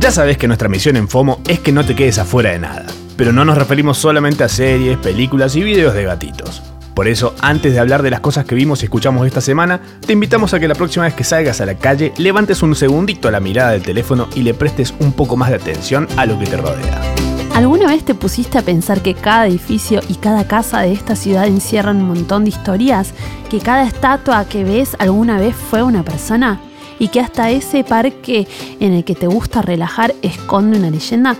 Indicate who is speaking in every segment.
Speaker 1: Ya sabes que nuestra misión en FOMO es que no te quedes afuera de nada, pero no nos referimos solamente a series, películas y videos de gatitos. Por eso, antes de hablar de las cosas que vimos y escuchamos esta semana, te invitamos a que la próxima vez que salgas a la calle, levantes un segundito a la mirada del teléfono y le prestes un poco más de atención a lo que te rodea.
Speaker 2: ¿Alguna vez te pusiste a pensar que cada edificio y cada casa de esta ciudad encierran un montón de historias? ¿Que cada estatua que ves alguna vez fue una persona? ¿Y que hasta ese parque en el que te gusta relajar esconde una leyenda?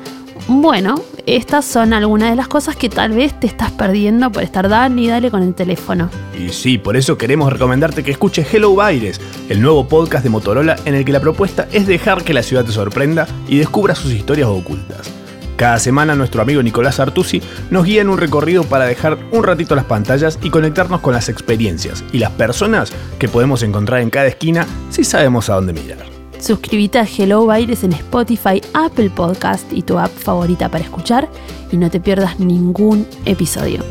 Speaker 2: Bueno, estas son algunas de las cosas que tal vez te estás perdiendo por estar dale y dale con el teléfono.
Speaker 1: Y sí, por eso queremos recomendarte que escuches Hello Baires, el nuevo podcast de Motorola en el que la propuesta es dejar que la ciudad te sorprenda y descubra sus historias ocultas. Cada semana nuestro amigo Nicolás Artusi nos guía en un recorrido para dejar un ratito las pantallas y conectarnos con las experiencias y las personas que podemos encontrar en cada esquina si sabemos a dónde mirar.
Speaker 2: Suscríbete a Hello Baires en Spotify, Apple Podcast y tu app favorita para escuchar y no te pierdas ningún episodio.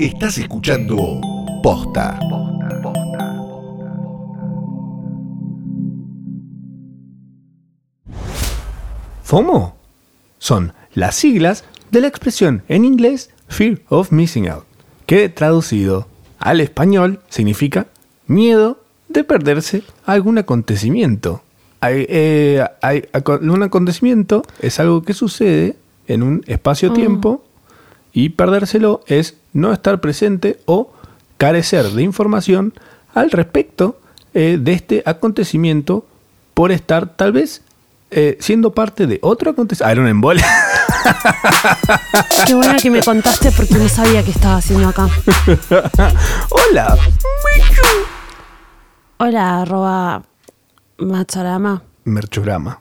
Speaker 3: Estás escuchando Posta.
Speaker 1: FOMO son las siglas de la expresión en inglés Fear of Missing Out, que traducido al español significa miedo de perderse algún acontecimiento. Hay- eh, hay- aco- un acontecimiento es algo que sucede en un espacio-tiempo y perdérselo es no estar presente o carecer de información al respecto eh, de este acontecimiento por estar tal vez eh, siendo parte de otro acontecimiento. Ah, era un embole.
Speaker 2: Qué bueno que me contaste porque no sabía qué estaba haciendo acá.
Speaker 1: Hola.
Speaker 2: Hola, arroba Machorama.
Speaker 1: Merchurama.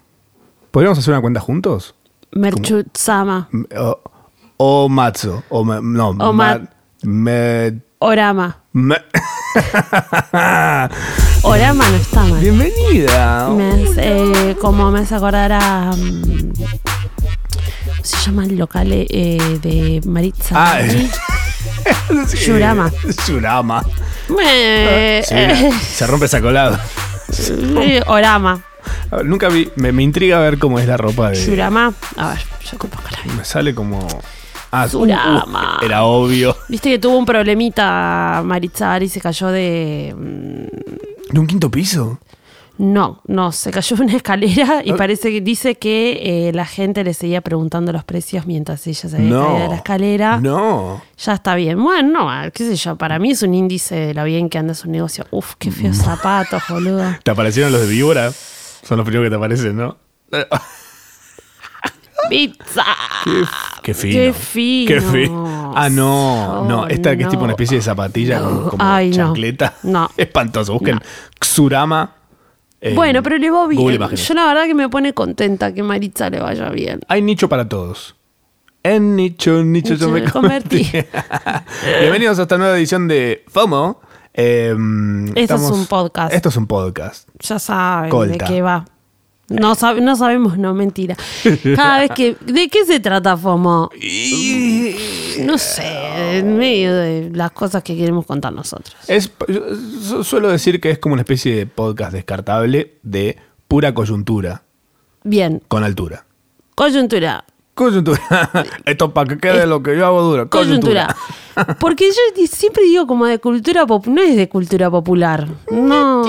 Speaker 1: ¿Podríamos hacer una cuenta juntos?
Speaker 2: Merchutsama.
Speaker 1: M- O, o Matzo. O ma- no.
Speaker 2: O
Speaker 1: ma-
Speaker 2: Mat-
Speaker 1: me-
Speaker 2: Orama.
Speaker 1: me-
Speaker 2: Orama no está mal.
Speaker 1: Bienvenida.
Speaker 2: Me hace, eh, como me hace acordar a. mm, ¿Cómo se llama el local eh, de Maritza?
Speaker 1: Ah,
Speaker 2: Sarri?
Speaker 1: Sí.
Speaker 2: Shurama.
Speaker 1: Shurama.
Speaker 2: Eh,
Speaker 1: Sí, se rompe esa colada.
Speaker 2: eh, Orama.
Speaker 1: A ver, Nunca vi. Me, me intriga ver cómo es la ropa de.
Speaker 2: Shurama. A ver, yo tampoco la vi.
Speaker 1: Me pues sale como. Ah,
Speaker 2: Shurama.
Speaker 1: era obvio.
Speaker 2: Viste que tuvo un problemita Maritza Ari, se cayó de. mm,
Speaker 1: ¿De un quinto piso?
Speaker 2: No, no, se cayó de una escalera
Speaker 1: Ah.
Speaker 2: y parece que dice que eh, la gente le seguía preguntando los precios mientras ella se había caído de la escalera.
Speaker 1: No.
Speaker 2: Ya está bien. Bueno, no, ah, qué sé yo, para mí es un índice de lo bien que anda su negocio. Uf, qué feos
Speaker 1: Mm.
Speaker 2: zapatos, boludo.
Speaker 1: ¿Te aparecieron los de víbora? Son los primeros que te aparecen, ¿no?
Speaker 2: ¡Pizza!
Speaker 1: Qué fino.
Speaker 2: Qué fino.
Speaker 1: Qué fino. Ah, no. no,
Speaker 2: Oh,
Speaker 1: esta que es tipo
Speaker 2: no.
Speaker 1: una especie de zapatilla con como
Speaker 2: Ay, no.
Speaker 1: chancleta.
Speaker 2: No.
Speaker 1: Espantoso. Busquen
Speaker 2: No.
Speaker 1: Xurama. en
Speaker 2: bueno, pero le va bien.
Speaker 1: Eh, Google Imágenes.
Speaker 2: Yo la verdad que me pone contenta que Maritza le vaya bien.
Speaker 1: Hay nicho para todos. En nicho, nicho, yo
Speaker 2: Nicho
Speaker 1: me
Speaker 2: me convertí.
Speaker 1: convertí. Bienvenidos a esta nueva edición de FOMO. Eh,
Speaker 2: es un podcast.
Speaker 1: Esto es un podcast.
Speaker 2: Ya saben
Speaker 1: Colta.
Speaker 2: de qué va. No, sab- no sabemos, no, mentira. Cada vez que... ¿De qué se trata FOMO? No sé, en medio de las cosas que queremos contar nosotros.
Speaker 1: Es, yo su- suelo decir que es como una especie de podcast descartable de pura coyuntura,
Speaker 2: Bien,
Speaker 1: con altura.
Speaker 2: coyuntura.
Speaker 1: Coyuntura. Esto para que quede lo que yo hago duro. Coyuntura.
Speaker 2: Coyuntura. Porque yo di- siempre digo como de cultura popular, no es de cultura popular. No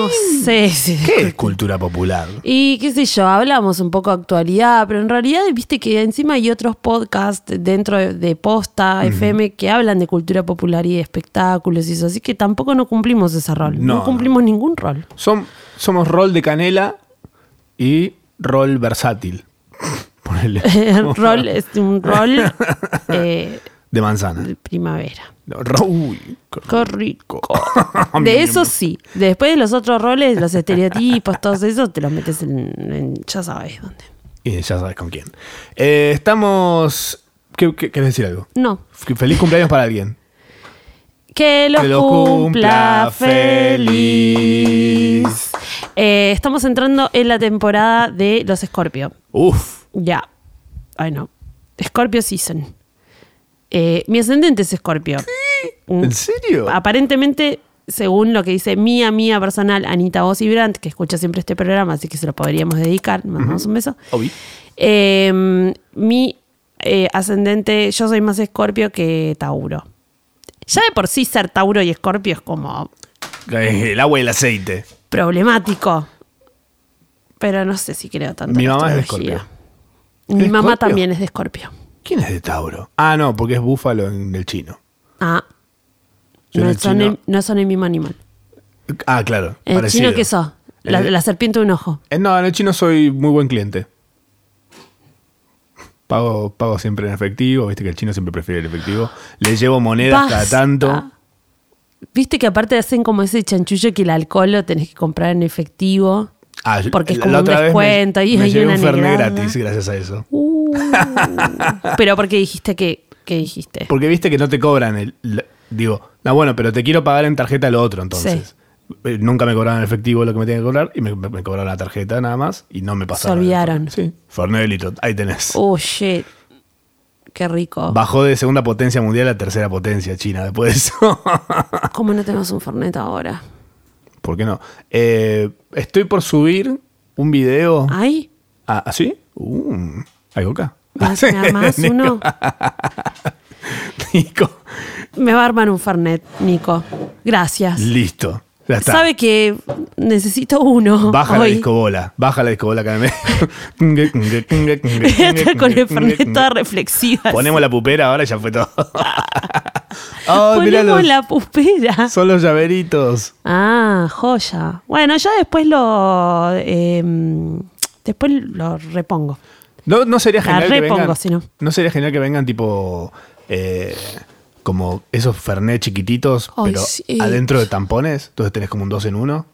Speaker 2: sé. si-
Speaker 1: ¿Qué es cultura popular?
Speaker 2: Y qué sé yo, hablamos un poco de actualidad, pero en realidad viste que encima hay otros podcasts dentro de, de Posta FM que hablan de cultura popular y de espectáculos y eso, así que tampoco no cumplimos ese rol, no,
Speaker 1: No, no.
Speaker 2: cumplimos ningún rol.
Speaker 1: Som- somos rol de canela y rol versátil. Ponele.
Speaker 2: El rol es un rol eh,
Speaker 1: De manzana.
Speaker 2: de primavera.
Speaker 1: No, ro- Uy, qué
Speaker 2: Qué rico. De eso sí. Después de los otros roles, los estereotipos, todo eso, te los metes en, en- ya sabes dónde.
Speaker 1: Y ya sabes con quién. Eh, estamos. ¿Qué, qué- querés decir algo?
Speaker 2: No.
Speaker 1: F- Feliz cumpleaños para alguien.
Speaker 2: Que los
Speaker 1: Que lo cumpla
Speaker 2: cumpla feliz.
Speaker 1: feliz.
Speaker 2: Eh, estamos entrando en la temporada de los Scorpio.
Speaker 1: Uf.
Speaker 2: Ya. Ay, no. Scorpio Season. Eh, mi ascendente es Scorpio. Mm.
Speaker 1: ¿En serio?
Speaker 2: Aparentemente según lo que dice mi amiga personal, Anita Bossi Brandt, que escucha siempre este programa, así que se lo podríamos dedicar, mandamos un beso.
Speaker 1: Obi.
Speaker 2: Eh, mi eh, ascendente, yo soy más escorpio que Tauro. Ya de por sí ser Tauro y escorpio es como
Speaker 1: El agua y el aceite.
Speaker 2: problemático. Pero no sé si creo tanto.
Speaker 1: Mi
Speaker 2: en
Speaker 1: mamá es de
Speaker 2: astrología.
Speaker 1: Escorpio.
Speaker 2: Mi
Speaker 1: ¿Es
Speaker 2: mamá
Speaker 1: Escorpio?
Speaker 2: también es de escorpio.
Speaker 1: ¿Quién es de Tauro? Ah, no, porque es búfalo en el chino.
Speaker 2: Ah.
Speaker 1: Yo en
Speaker 2: No
Speaker 1: el
Speaker 2: son,
Speaker 1: chino-
Speaker 2: el, no son el mismo animal.
Speaker 1: Ah, claro.
Speaker 2: ¿En el
Speaker 1: parecido.
Speaker 2: chino qué sos? La,
Speaker 1: Eh,
Speaker 2: la serpiente de un ojo.
Speaker 1: eh, no, en el chino soy muy buen cliente. Pago, pago siempre en efectivo, viste que el chino siempre prefiere el efectivo. Le llevo monedas cada
Speaker 2: Basta.
Speaker 1: tanto.
Speaker 2: Viste que aparte hacen como ese chanchullo que el alcohol lo tenés que comprar en efectivo.
Speaker 1: Ah, yo-
Speaker 2: Porque es como un
Speaker 1: vez me-
Speaker 2: descuento y
Speaker 1: me
Speaker 2: hay
Speaker 1: llevé
Speaker 2: una
Speaker 1: un Fernet
Speaker 2: negrada.
Speaker 1: gratis gracias a eso.
Speaker 2: Uh. Pero porque dijiste que, que dijiste.
Speaker 1: Porque viste que no te cobran el. la- digo, ah, bueno, pero te quiero pagar en tarjeta lo otro, entonces. Eh, Nunca me cobraron en efectivo lo que me tenían que cobrar y me, me cobraron la tarjeta nada más y no me pasaron.
Speaker 2: Se
Speaker 1: el
Speaker 2: olvidaron.
Speaker 1: Fernet. Sí, Fernet de litro, ahí tenés.
Speaker 2: Oh, shit. Qué rico.
Speaker 1: Bajó de segunda potencia mundial a tercera potencia China después de eso.
Speaker 2: ¿Cómo no tenemos un Fernet ahora?
Speaker 1: ¿Por qué no? Eh, estoy por subir un video.
Speaker 2: ¿Ay?
Speaker 1: Ah, ¿ah, sí? Uh, ¿Hay coca?
Speaker 2: ¿Me das- me das más uno?
Speaker 1: Nico,
Speaker 2: Me va a armar un Fernet, Nico. Gracias.
Speaker 1: listo. Ya está.
Speaker 2: Sabe que necesito uno.
Speaker 1: Baja la
Speaker 2: hoy.
Speaker 1: discobola, baja la discobola acá en
Speaker 2: Voy a estar
Speaker 1: medio.
Speaker 2: con el Fernet toda reflexiva.
Speaker 1: Ponemos la pupera ahora y ya fue todo. oh, mirá
Speaker 2: Ponemos
Speaker 1: los,
Speaker 2: la pupera.
Speaker 1: Son los llaveritos.
Speaker 2: Ah, joya. Bueno, ya después lo. em, después lo repongo.
Speaker 1: No, no sería
Speaker 2: La
Speaker 1: genial que
Speaker 2: repongo,
Speaker 1: vengan.
Speaker 2: si no.
Speaker 1: No sería genial que vengan tipo. eh, como esos Fernet chiquititos,
Speaker 2: Ay,
Speaker 1: pero
Speaker 2: sí.
Speaker 1: adentro de tampones. Entonces tenés como un dos en uno.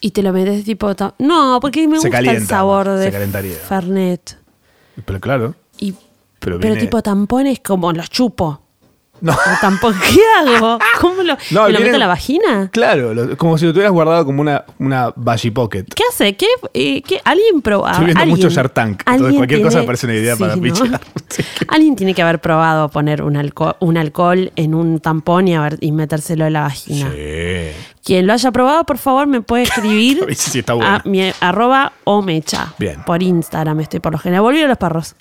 Speaker 2: Y te lo metes tipo. ta- No, porque me
Speaker 1: Se
Speaker 2: gusta el
Speaker 1: calienta,
Speaker 2: sabor
Speaker 1: se
Speaker 2: de
Speaker 1: calentaría.
Speaker 2: Fernet.
Speaker 1: Pero claro.
Speaker 2: Y,
Speaker 1: Pero
Speaker 2: pero
Speaker 1: viene-
Speaker 2: tipo tampones como los chupo.
Speaker 1: No.
Speaker 2: O tampoco, ¿Qué hago? ¿Cómo lo,
Speaker 1: No,
Speaker 2: ¿me lo
Speaker 1: vienen-
Speaker 2: meto en la vagina?
Speaker 1: Claro, lo- como si lo tuvieras guardado como una, una Veggie Pocket.
Speaker 2: ¿Qué hace? ¿Qué, eh, qué- ¿Alguien probado?
Speaker 1: Estoy viendo
Speaker 2: ¿Alguien?
Speaker 1: mucho Shark Tank, entonces
Speaker 2: ¿Alguien
Speaker 1: cualquier cosa
Speaker 2: tiene-
Speaker 1: me parece una idea para pichar. Sí.
Speaker 2: Alguien tiene que haber probado poner un, alco- un alcohol en un tampón y, haber- y metérselo en la vagina. Quien lo haya probado, por favor, me puede escribir
Speaker 1: Avisa si está bueno.
Speaker 2: a mi arroba o mecha.
Speaker 1: Bien.
Speaker 2: Por Instagram estoy por lo general. Volví a los perros.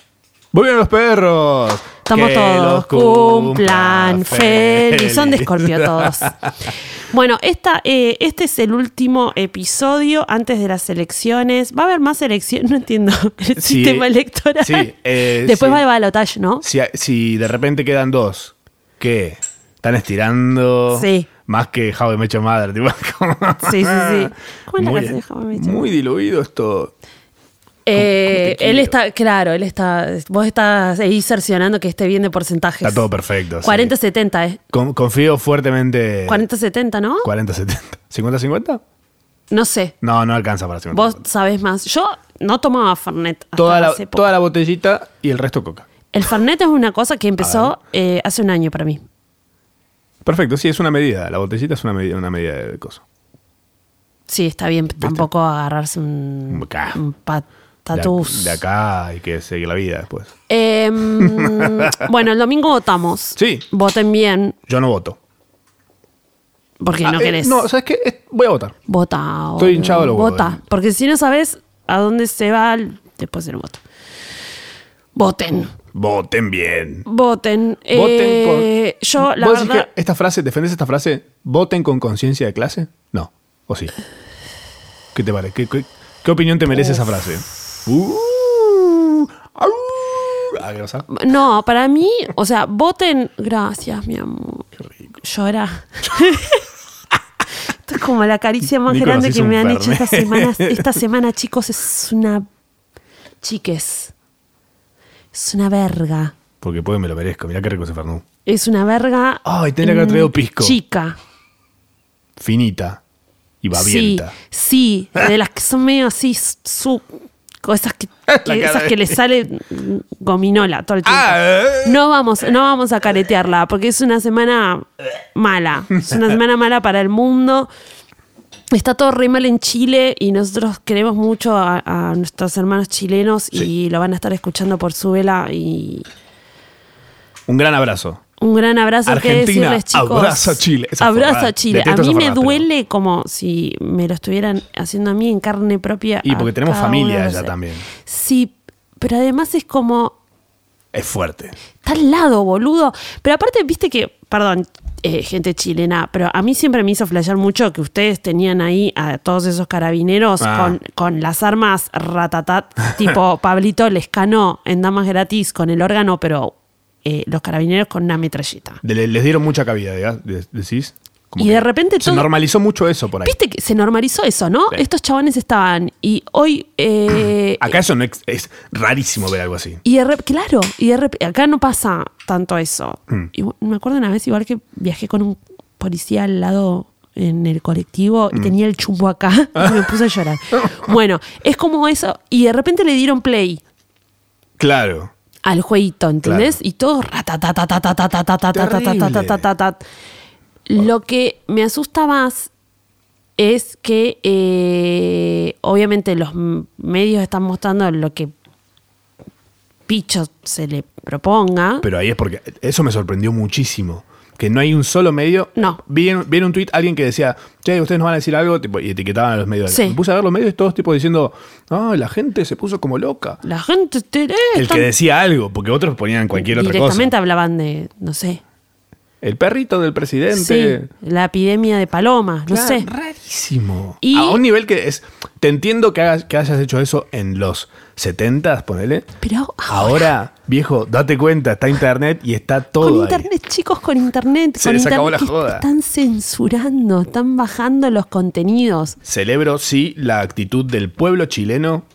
Speaker 1: Muy bien los perros.
Speaker 2: Estamos
Speaker 1: Que
Speaker 2: todos.
Speaker 1: los
Speaker 2: Cumplan feliz.
Speaker 1: feliz.
Speaker 2: Son de Escorpio todos. Bueno, esta, eh, este es el último episodio antes de las elecciones. ¿Va a haber más elecciones? No entiendo. El
Speaker 1: Sí,
Speaker 2: sistema electoral.
Speaker 1: sí, eh,
Speaker 2: Después
Speaker 1: sí.
Speaker 2: va el balotaje, ¿no?
Speaker 1: Si, si de repente quedan dos, ¿qué? Están estirando.
Speaker 2: Sí.
Speaker 1: Más que How I Met Your Mother. tipo, como-
Speaker 2: Sí, sí, sí. ¿Cómo es la
Speaker 1: muy,
Speaker 2: canción de How I Met Your
Speaker 1: Muy diluido esto.
Speaker 2: Eh,
Speaker 1: quiero?
Speaker 2: él está, claro, él está. Vos estás ahí cercionando que esté bien de porcentajes.
Speaker 1: Está todo perfecto. sí. Eh,
Speaker 2: 40-70, ¿eh?
Speaker 1: Con- confío fuertemente.
Speaker 2: 40-70, ¿no?
Speaker 1: 40-70. ¿50-50?
Speaker 2: No sé.
Speaker 1: No, no alcanza para 50.
Speaker 2: Vos sabés más. Yo no tomaba Fernet. Hasta
Speaker 1: toda la,
Speaker 2: hace poco.
Speaker 1: toda la botellita y el resto coca.
Speaker 2: El Fernet es una cosa que empezó eh, hace un año para mí.
Speaker 1: Perfecto, sí, es una medida. La botellita es una medida, una medida de cosa.
Speaker 2: Sí, está bien tampoco agarrarse un,
Speaker 1: Acá.
Speaker 2: un
Speaker 1: De, ac-
Speaker 2: patatús.
Speaker 1: de acá hay que seguir la vida después.
Speaker 2: Em, bueno, el domingo votamos.
Speaker 1: Sí.
Speaker 2: Voten bien,
Speaker 1: Yo no voto.
Speaker 2: porque
Speaker 1: Ah,
Speaker 2: no
Speaker 1: eh,
Speaker 2: querés.
Speaker 1: no, ¿sabes qué? Es- Voy a votar.
Speaker 2: Vota.
Speaker 1: Estoy
Speaker 2: boludo.
Speaker 1: hinchado de los eh. huevos.
Speaker 2: Vota. Porque si no sabes a dónde se va, el- después del voto. Voten.
Speaker 1: Voten bien.
Speaker 2: Voten.
Speaker 1: Voten
Speaker 2: Eh,
Speaker 1: con.
Speaker 2: Yo, la
Speaker 1: ¿Vos decís
Speaker 2: verdad.
Speaker 1: que esta frase, defendés esta frase, voten con conciencia de clase? No. ¿O sí? ¿Qué te parece? ¿Qué, qué- qué opinión te merece esa frase? Uh, au. Ah, ¿qué pasa?
Speaker 2: No, para mí, o sea, voten. Gracias, mi amor. Llora. Esto es como la caricia más
Speaker 1: Nico,
Speaker 2: grande
Speaker 1: nos
Speaker 2: que
Speaker 1: hizo
Speaker 2: me
Speaker 1: un
Speaker 2: han hecho esta
Speaker 1: Fernet.
Speaker 2: semana. Esta semana, chicos, es una. Chiques. Es una verga.
Speaker 1: Porque pues me lo merezco. Mirá qué rico ese Fernú.
Speaker 2: Es una verga. mm,
Speaker 1: Ay, tendría que haber traído pisco.
Speaker 2: Chica.
Speaker 1: Finita y babienta.
Speaker 2: Sí, sí. De las que son medio así, su. Esas que,
Speaker 1: La
Speaker 2: que-
Speaker 1: cara
Speaker 2: esas
Speaker 1: de-
Speaker 2: que le sale gominola todo el tiempo.
Speaker 1: Ah, eh.
Speaker 2: No vamos, no vamos a caretearla, porque es una semana mala. Es una semana mala para el mundo. Está todo re mal en Chile y nosotros queremos mucho a, a nuestros hermanos chilenos y lo van a estar escuchando por su vela y
Speaker 1: Un gran abrazo.
Speaker 2: Un gran abrazo que
Speaker 1: Argentina,
Speaker 2: decirles, chicos.
Speaker 1: abraza a Chile. Esa
Speaker 2: abraza
Speaker 1: forrada.
Speaker 2: a Chile. A
Speaker 1: Detesto
Speaker 2: mí
Speaker 1: esa
Speaker 2: me
Speaker 1: forrada, pero-
Speaker 2: duele como si me lo estuvieran haciendo a mí en carne propia.
Speaker 1: Y
Speaker 2: a
Speaker 1: porque tenemos
Speaker 2: cada
Speaker 1: familia
Speaker 2: uno de
Speaker 1: allá
Speaker 2: los-
Speaker 1: también.
Speaker 2: Sí, pero además es como
Speaker 1: Es fuerte.
Speaker 2: está al lado, boludo. Pero aparte, viste que, perdón, eh, gente chilena, pero a mí siempre me hizo flashear mucho que ustedes tenían ahí a todos esos carabineros
Speaker 1: Ah.
Speaker 2: con, con las armas ratatat, tipo Pablito Lescano en Damas Gratis con el órgano, pero eh, los carabineros con una metralleta.
Speaker 1: De- les dieron mucha cabida, diga- de- decís. Como
Speaker 2: Y
Speaker 1: que
Speaker 2: de repente
Speaker 1: Se
Speaker 2: todo-
Speaker 1: normalizó mucho eso por ahí.
Speaker 2: Viste que se normalizó eso, ¿no?
Speaker 1: Sí.
Speaker 2: Estos chabones estaban y hoy... eh,
Speaker 1: Acá eso no ex- es, rarísimo ver algo así.
Speaker 2: Y de rep- claro, y de rep- acá no pasa tanto eso. Y bu- me acuerdo una vez igual que viajé con un policía al lado en el colectivo y tenía el chumbo acá y me puse a llorar. Bueno, es como eso y de repente le dieron play
Speaker 1: Claro.
Speaker 2: al jueguito, ¿entendés?
Speaker 1: Claro.
Speaker 2: Y todo ratatatatatatatatatatatatatat.
Speaker 1: Terrible.
Speaker 2: Lo que me asusta más es que eh, obviamente los m- medios están mostrando lo que Picho se le proponga.
Speaker 1: Pero ahí es porque eso me sorprendió muchísimo. Que no hay un solo medio.
Speaker 2: No.
Speaker 1: Vi en, vi en un tweet alguien que decía, che, ustedes nos van a decir algo, tipo, y etiquetaban a los medios.
Speaker 2: Sí.
Speaker 1: Me puse a ver los medios y todos tipo diciendo, ah, la gente se puso como loca.
Speaker 2: la gente te- eh,
Speaker 1: El
Speaker 2: están-
Speaker 1: que decía algo, porque otros ponían cualquier otra cosa.
Speaker 2: directamente hablaban de, no sé,
Speaker 1: El perrito del
Speaker 2: sí,
Speaker 1: presidente.
Speaker 2: la epidemia de palomas, no
Speaker 1: Claro,
Speaker 2: sé.
Speaker 1: Rarísimo.
Speaker 2: Y-
Speaker 1: A un nivel que es. Te entiendo que, hagas, que hayas hecho eso en los 70s, ponele.
Speaker 2: Pero
Speaker 1: Ahora, viejo, date cuenta, está internet y está todo.
Speaker 2: Con
Speaker 1: ahí.
Speaker 2: internet, chicos, con internet.
Speaker 1: Se
Speaker 2: con
Speaker 1: les acabó
Speaker 2: internet
Speaker 1: la
Speaker 2: que
Speaker 1: joda.
Speaker 2: Están censurando, están bajando los contenidos.
Speaker 1: Celebro, sí, la actitud del pueblo chileno.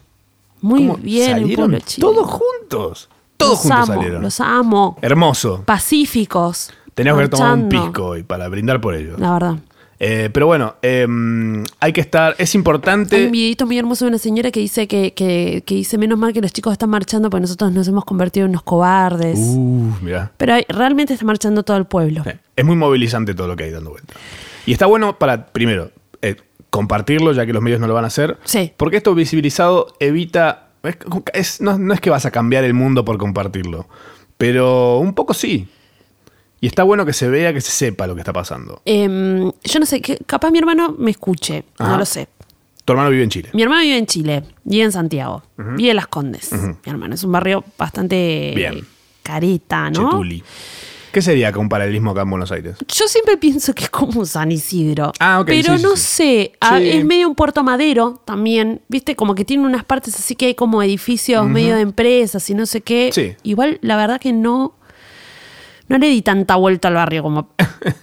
Speaker 2: Muy
Speaker 1: ¿Cómo
Speaker 2: bien, el
Speaker 1: salieron
Speaker 2: pueblo chileno.
Speaker 1: Todos juntos. Todos
Speaker 2: Los
Speaker 1: juntos
Speaker 2: amo,
Speaker 1: salieron.
Speaker 2: Los amo.
Speaker 1: Hermoso.
Speaker 2: Pacíficos.
Speaker 1: Teníamos que haber tomado un
Speaker 2: marchando.
Speaker 1: pisco hoy para brindar por ello.
Speaker 2: La verdad.
Speaker 1: Eh, pero bueno, em, hay que estar. Es
Speaker 2: Hay
Speaker 1: importante.
Speaker 2: un videito muy hermoso de una señora que dice que, que, que dice menos mal que los chicos están marchando porque nosotros nos hemos convertido en unos cobardes.
Speaker 1: Uh, mirá.
Speaker 2: Pero hay- realmente está marchando todo el pueblo.
Speaker 1: Sí. Es muy movilizante todo lo que hay dando vuelta. Y está bueno para, primero, eh, compartirlo, ya que los medios no lo van a hacer.
Speaker 2: Sí.
Speaker 1: Porque esto visibilizado evita. es- es- no, no es que vas a cambiar el mundo por compartirlo, pero un poco sí. Y está bueno que se vea, que se sepa lo que está pasando.
Speaker 2: Em, yo no sé, que- capaz mi hermano me escuche,
Speaker 1: Ajá.
Speaker 2: no lo sé.
Speaker 1: Tu hermano vive en Chile.
Speaker 2: Mi hermano vive en Chile, vive en Santiago, vive en Las Condes. Mi hermano es un barrio bastante
Speaker 1: Bien.
Speaker 2: careta, ¿no?
Speaker 1: Chetuli. ¿Qué sería con paralelismo acá en Buenos Aires?
Speaker 2: Yo siempre pienso que es como San Isidro.
Speaker 1: Ah, ok,
Speaker 2: Pero
Speaker 1: sí, sí,
Speaker 2: no
Speaker 1: sí.
Speaker 2: sé, a-
Speaker 1: Sí.
Speaker 2: es medio un puerto madero también, ¿viste? Como que tiene unas partes así que hay como edificios medio de empresas y no sé qué.
Speaker 1: Sí.
Speaker 2: Igual la verdad que no no le di tanta vuelta al barrio como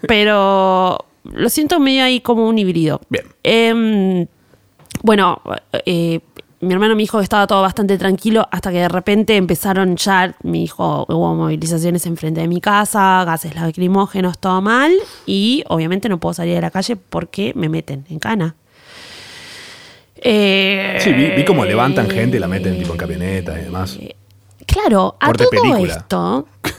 Speaker 2: pero lo siento medio ahí como un híbrido.
Speaker 1: Bien.
Speaker 2: Em, bueno, eh, mi hermano, mi hijo, estaba todo bastante tranquilo hasta que de repente empezaron ya, mi hijo, hubo movilizaciones enfrente de mi casa, gases lacrimógenos, todo mal, y obviamente no puedo salir de la calle porque me meten en cana. Eh,
Speaker 1: Sí, vi, vi cómo levantan gente y la meten tipo en camionetas y demás.
Speaker 2: Eh. Claro, a
Speaker 1: Corte
Speaker 2: todo
Speaker 1: película.
Speaker 2: esto.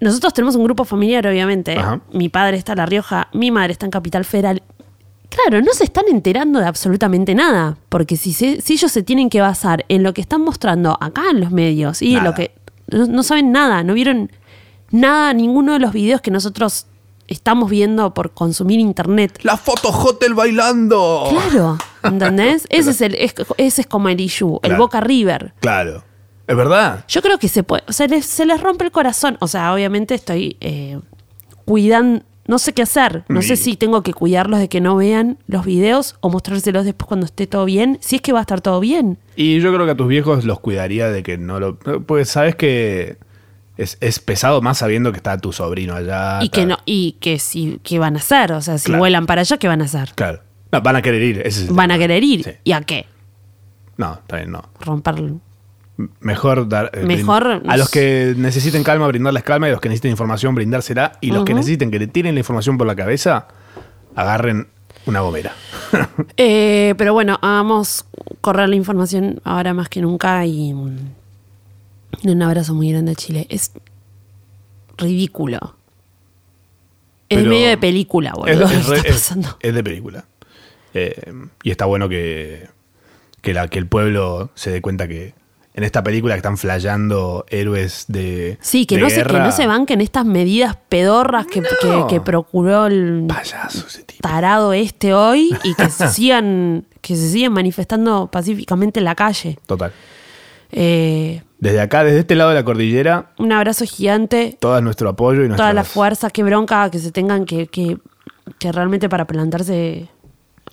Speaker 2: Nosotros tenemos un grupo familiar, obviamente.
Speaker 1: Ajá.
Speaker 2: Mi padre está en La Rioja, mi madre está en Capital Federal. Claro, no se están enterando de absolutamente nada, porque si, se- si ellos se tienen que basar en lo que están mostrando acá en los medios y en
Speaker 1: Nada.
Speaker 2: lo que no, no saben nada, no vieron nada, ninguno de los videos que nosotros estamos viendo por consumir internet.
Speaker 1: ¡La foto hotel bailando!
Speaker 2: Claro, ¿entendés? ese, es el, es- ese es como el issue, el
Speaker 1: Claro.
Speaker 2: Boca River.
Speaker 1: Claro. ¿Es verdad?
Speaker 2: Yo creo que se puede. O sea, les- se les rompe el corazón. O sea, obviamente estoy eh, cuidando. No sé qué hacer. No sé
Speaker 1: Y-
Speaker 2: si tengo que cuidarlos de que no vean los videos o mostrárselos después cuando esté todo bien. Si es que va a estar todo bien.
Speaker 1: Y yo creo que a tus viejos los cuidaría de que no lo. Pues sabes que es, es pesado más sabiendo que está tu sobrino allá.
Speaker 2: y que
Speaker 1: tal.
Speaker 2: no, y que si ¿qué van a hacer. O sea, si
Speaker 1: Ah, Claro.
Speaker 2: vuelan para allá, ¿qué van a hacer?
Speaker 1: Claro. No, van a querer ir. ese es el
Speaker 2: Van a
Speaker 1: tema.
Speaker 2: querer ir.
Speaker 1: Sí.
Speaker 2: ¿Y a qué?
Speaker 1: No, está bien, no.
Speaker 2: Romper.
Speaker 1: M- Mejor dar. eh,
Speaker 2: Mejor-
Speaker 1: brind- A los que necesiten calma, brindarles calma. Y a los que necesiten información, brindársela. Y los que
Speaker 2: Ujú.
Speaker 1: necesiten que le tiren la información por la cabeza, agarren una gomera.
Speaker 2: Eh, pero bueno, vamos a correr la información ahora más que nunca y mm, un abrazo muy grande a Chile. Es ridículo. Es
Speaker 1: Pero-
Speaker 2: medio de película, boludo. lo que
Speaker 1: re-
Speaker 2: está pasando.
Speaker 1: es de película. Eh, y está bueno que, que, la, que el pueblo se dé cuenta que en esta película que están flayando héroes de.
Speaker 2: Sí, que
Speaker 1: de
Speaker 2: no, se, que
Speaker 1: guerra.
Speaker 2: no se banquen estas medidas pedorras que, que- que procuró el
Speaker 1: Payaso ese tipo.
Speaker 2: tarado este hoy y que se sigan, que se sigan manifestando pacíficamente en la calle.
Speaker 1: Total.
Speaker 2: Eh,
Speaker 1: Desde acá, desde este lado de la cordillera,
Speaker 2: un abrazo gigante,
Speaker 1: todo nuestro apoyo y nuestro.
Speaker 2: toda la fuerza, qué bronca que se tengan que, que, que realmente para plantarse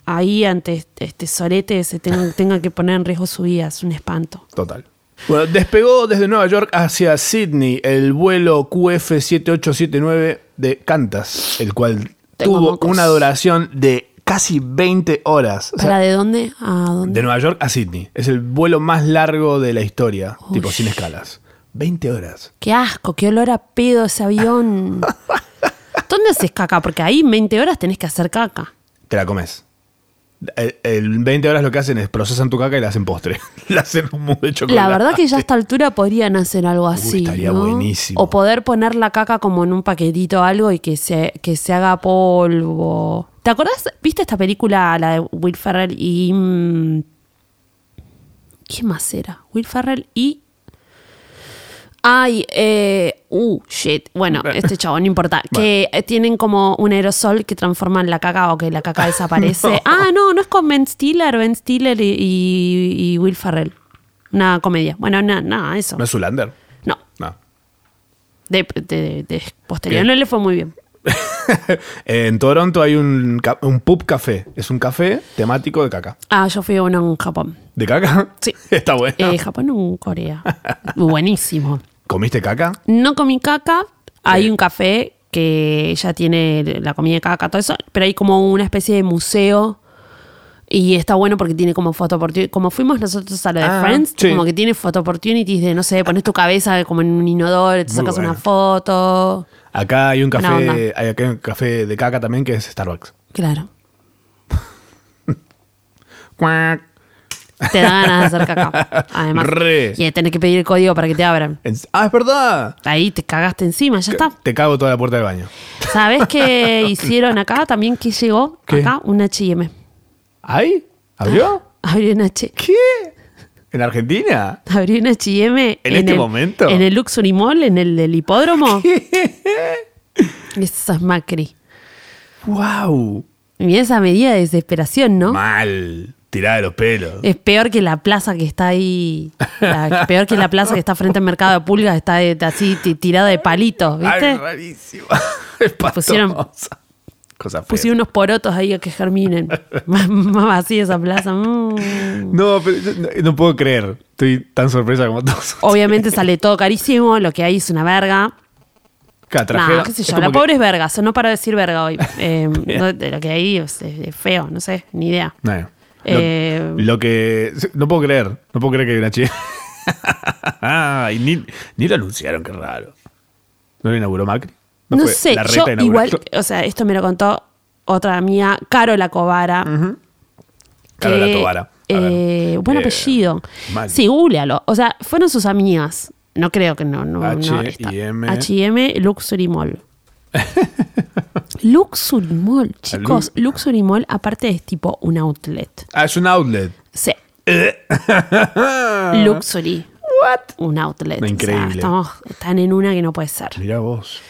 Speaker 2: ahí ante este, este sorete se tengan, tengan que poner en riesgo su vida, es un espanto.
Speaker 1: Total. Bueno, despegó desde Nueva York hacia Sydney el vuelo QF7879 de Qantas, el cual
Speaker 2: Tengo
Speaker 1: tuvo
Speaker 2: mocos.
Speaker 1: una duración de casi 20 horas. O sea,
Speaker 2: ¿Para de dónde? ¿A dónde?
Speaker 1: de Nueva York a Sydney. Es el vuelo más largo de la historia, tipo sin escalas. 20 horas.
Speaker 2: Qué asco, qué olor a pedo ese avión. ¿Dónde haces caca? Porque ahí en 20 horas tenés que hacer caca.
Speaker 1: Te la comes. El, el 20 horas lo que hacen es procesan tu caca y la hacen postre. la hacen un mousse de chocolate.
Speaker 2: La Uh, verdad que ya a esta altura podrían hacer algo así.
Speaker 1: estaría
Speaker 2: ¿no?
Speaker 1: buenísimo.
Speaker 2: O poder poner la caca como en un paquetito o algo y que se, que se haga polvo. ¿Te acordás? ¿Viste esta película, la de Will Ferrell y. mm, ¿Quién más era? Will Ferrell y. Ay, eh, uh, shit. Bueno, este chavo, no importa. Que eh, tienen como un aerosol que transforman la caca o que la caca desaparece.
Speaker 1: Oh.
Speaker 2: Ah, no, no es con Ben Stiller, Ben Stiller y, y- y Will Ferrell. Una comedia. Bueno, nada, nada, eso.
Speaker 1: ¿No es Zulander?
Speaker 2: No,
Speaker 1: No.
Speaker 2: de, de- de posterior
Speaker 1: ¿Qué?
Speaker 2: no le fue muy bien.
Speaker 1: en Toronto hay un, ca- un pub café. Es un café temático de caca.
Speaker 2: Ah, yo fui a uno en Japón.
Speaker 1: ¿De caca?
Speaker 2: Sí.
Speaker 1: Está bueno.
Speaker 2: Eh, Japón o en Corea. Buenísimo.
Speaker 1: ¿Comiste caca?
Speaker 2: No comí caca. Hay un café que ya tiene la comida de caca, todo eso. Pero hay como una especie de museo. Y está bueno porque tiene como foto opportunity. Como fuimos nosotros a lo de
Speaker 1: Ah,
Speaker 2: Friends,
Speaker 1: sí.
Speaker 2: como que tiene foto opportunities de, no sé, pones tu cabeza como en un inodoro, te
Speaker 1: Muy
Speaker 2: sacas
Speaker 1: bueno.
Speaker 2: una foto.
Speaker 1: Acá hay un
Speaker 2: Buena
Speaker 1: café, hay acá un café de caca también que es Starbucks.
Speaker 2: Claro.
Speaker 1: Cuac.
Speaker 2: Te da ganas de hacer caca. Además.
Speaker 1: Re.
Speaker 2: Y de tener que pedir el código para que te abran.
Speaker 1: Es- Ah, es verdad.
Speaker 2: Ahí te cagaste encima, ya está.
Speaker 1: Te cago toda la puerta del baño.
Speaker 2: ¿Sabes qué hicieron acá? También que llegó
Speaker 1: ¿Qué?
Speaker 2: acá un HM.
Speaker 1: ¿Ahí? ¿Abrió?
Speaker 2: Abrió un H.
Speaker 1: ¿Qué? ¿En Argentina?
Speaker 2: Abrió un HM. ¿En,
Speaker 1: este
Speaker 2: el-
Speaker 1: momento?
Speaker 2: En el Luxury Mall, en el del hipódromo. Esa es Macri.
Speaker 1: ¡Wow!
Speaker 2: Y esa medida de desesperación, ¿no?
Speaker 1: Mal. Tirada de los pelos.
Speaker 2: Es peor que la plaza que está ahí. la- peor que la plaza que está frente al mercado de pulgas, está de- así ti- tirada de palitos, ¿Eh, ¿viste?
Speaker 1: Ay, rarísimo. Espantosa.
Speaker 2: Pusieron-
Speaker 1: Cosa fea.
Speaker 2: Pusieron unos porotos ahí a que germinen. más, más vacía esa plaza. mm.
Speaker 1: No, pero yo no, no puedo creer. Estoy tan sorpresa como todos.
Speaker 2: Obviamente sale todo carísimo, lo que hay es una verga.
Speaker 1: Claro, trajeron-
Speaker 2: Nada, qué sé
Speaker 1: es
Speaker 2: yo,
Speaker 1: como
Speaker 2: la
Speaker 1: que-
Speaker 2: pobre es verga, no para decir verga hoy. Eh, no, de lo que hay es, es- es feo, no sé, ni idea.
Speaker 1: No, no.
Speaker 2: Eh,
Speaker 1: lo, lo que. No puedo creer. No puedo creer que hay una chica. Ay, ni, ni lo anunciaron, qué raro. ¿No lo inauguró Macri?
Speaker 2: No,
Speaker 1: fue
Speaker 2: sé,
Speaker 1: la reta
Speaker 2: yo igual,
Speaker 1: inaugurando?
Speaker 2: o sea, esto me lo contó otra mía, Caro la Cobara.
Speaker 1: Claro, la
Speaker 2: que,
Speaker 1: Tobara. A ver.
Speaker 2: eh, buen
Speaker 1: Eh,
Speaker 2: apellido.
Speaker 1: mal.
Speaker 2: Sí, googlealo. O sea, fueron sus amigas. No creo que no. no no está.
Speaker 1: H&M.
Speaker 2: H&M Luxury Mall. Luxury Mall, chicos. Luxury Mall, aparte, es tipo un outlet.
Speaker 1: Ah, es un outlet.
Speaker 2: Sí. Luxury.
Speaker 1: What?
Speaker 2: Un outlet. O sea,
Speaker 1: Increíble.
Speaker 2: estamos tan en una que no puede ser.
Speaker 1: Mirá vos.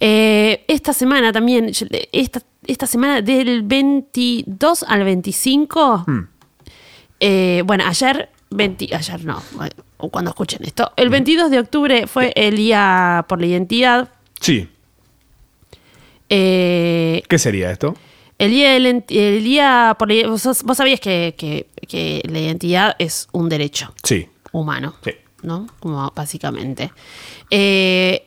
Speaker 2: Eh, esta semana también, yo- de- esta, esta semana del 22 al 25, eh, bueno, ayer, 20 ayer no, o cuando escuchen esto, el 22 de octubre fue el día por la identidad,
Speaker 1: Sí.
Speaker 2: eh,
Speaker 1: ¿Qué sería esto?
Speaker 2: el día, del ent- el día por la i- vos, sos- vos sabías que, que- que la identidad es un derecho
Speaker 1: Sí.
Speaker 2: humano,
Speaker 1: Sí.
Speaker 2: ¿no? Como básicamente. Eh,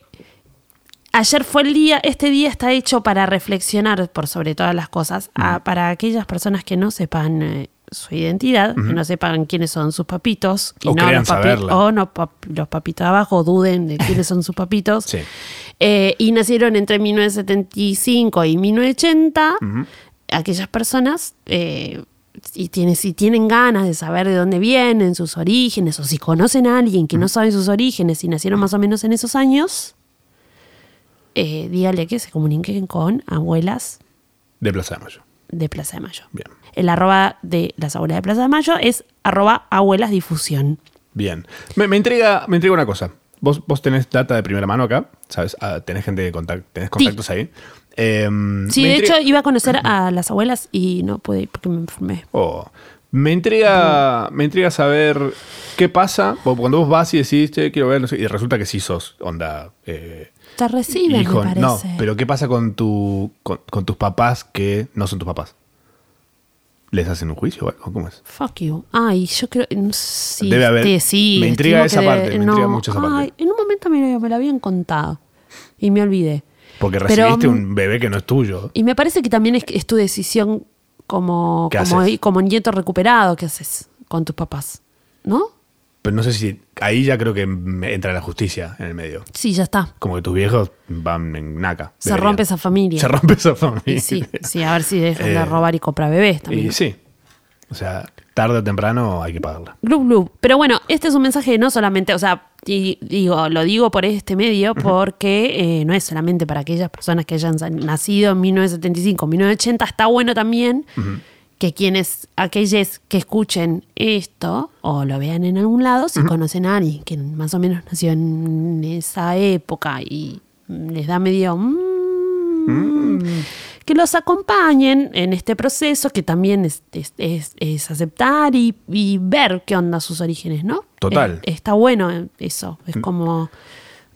Speaker 2: ayer fue el día, este día está hecho para reflexionar por sobre todas las cosas, a- para aquellas personas que no sepan eh, su identidad, que no sepan quiénes son sus papitos, y
Speaker 1: O
Speaker 2: no,
Speaker 1: crean
Speaker 2: los, papi-
Speaker 1: saberla.
Speaker 2: o no pap- los papitos abajo duden de quiénes son sus papitos.
Speaker 1: Sí.
Speaker 2: Eh, y nacieron entre 1975 y 1980 aquellas personas eh, y tiene- si tienen ganas de saber de dónde vienen sus orígenes o si conocen a alguien que no sabe sus orígenes y nacieron más o menos en esos años eh, dígale que se comuniquen con abuelas
Speaker 1: De Plaza de Mayo.
Speaker 2: de Plaza de Mayo
Speaker 1: Bien.
Speaker 2: el arroba de las abuelas de Plaza de Mayo es arroba abuelas difusión
Speaker 1: Bien. Me, me intriga, me intriga una cosa. Vos, vos tenés data de primera mano acá, ¿sabes? Ah, tenés gente de contacto, tenés contactos ahí. Em,
Speaker 2: Sí,
Speaker 1: me
Speaker 2: de
Speaker 1: intriga-
Speaker 2: hecho iba a conocer a las abuelas y no pude ir porque me enfermé.
Speaker 1: Oh. Me intriga,
Speaker 2: Mm.
Speaker 1: me intriga saber qué pasa o cuando vos vas y decís, che, quiero ver, no sé, y resulta que sí sos, onda. eh,
Speaker 2: Te reciben,
Speaker 1: hijo,
Speaker 2: me parece.
Speaker 1: no, pero ¿qué pasa con, tu, con, con tus papás que no son tus papás? ¿Les hacen un juicio o algo? ¿Cómo es?
Speaker 2: Fuck you. Ay, yo creo. No, sí,
Speaker 1: Debe haber-
Speaker 2: este, sí,
Speaker 1: me intriga esa
Speaker 2: estimo que
Speaker 1: parte, me intriga mucho esa parte.
Speaker 2: Ay, en un momento me, me la habían contado y me olvidé.
Speaker 1: Porque
Speaker 2: Pero,
Speaker 1: recibiste
Speaker 2: mm,
Speaker 1: un bebé que no es tuyo.
Speaker 2: Y me parece que también es, es tu decisión como,
Speaker 1: ¿Qué
Speaker 2: como,
Speaker 1: haces?
Speaker 2: como nieto recuperado que haces con tus papás. ¿No?
Speaker 1: Pero no sé si ahí ya creo que me entra la justicia en el medio.
Speaker 2: Sí, ya está.
Speaker 1: Como que tus viejos van en naca.
Speaker 2: Se
Speaker 1: deberían.
Speaker 2: rompe esa familia.
Speaker 1: Se rompe esa familia.
Speaker 2: Y sí, sí, a ver si dejan
Speaker 1: Eh,
Speaker 2: de robar y comprar bebés también.
Speaker 1: Y sí. O sea, tarde o temprano hay que pagarla.
Speaker 2: Glup, glup. Pero bueno, este es un mensaje no solamente, o sea, y- digo, lo digo por este medio porque eh, no es solamente para aquellas personas que hayan san- nacido en 1975, 1980, está bueno también que quienes, aquellos que escuchen esto o lo vean en algún lado, si conocen a alguien que más o menos nació en esa época y les da medio... mm, que los acompañen en este proceso, que también es, es- es- es aceptar y, y ver qué onda sus orígenes, ¿no?
Speaker 1: Total.
Speaker 2: Eh, está bueno eso. Es como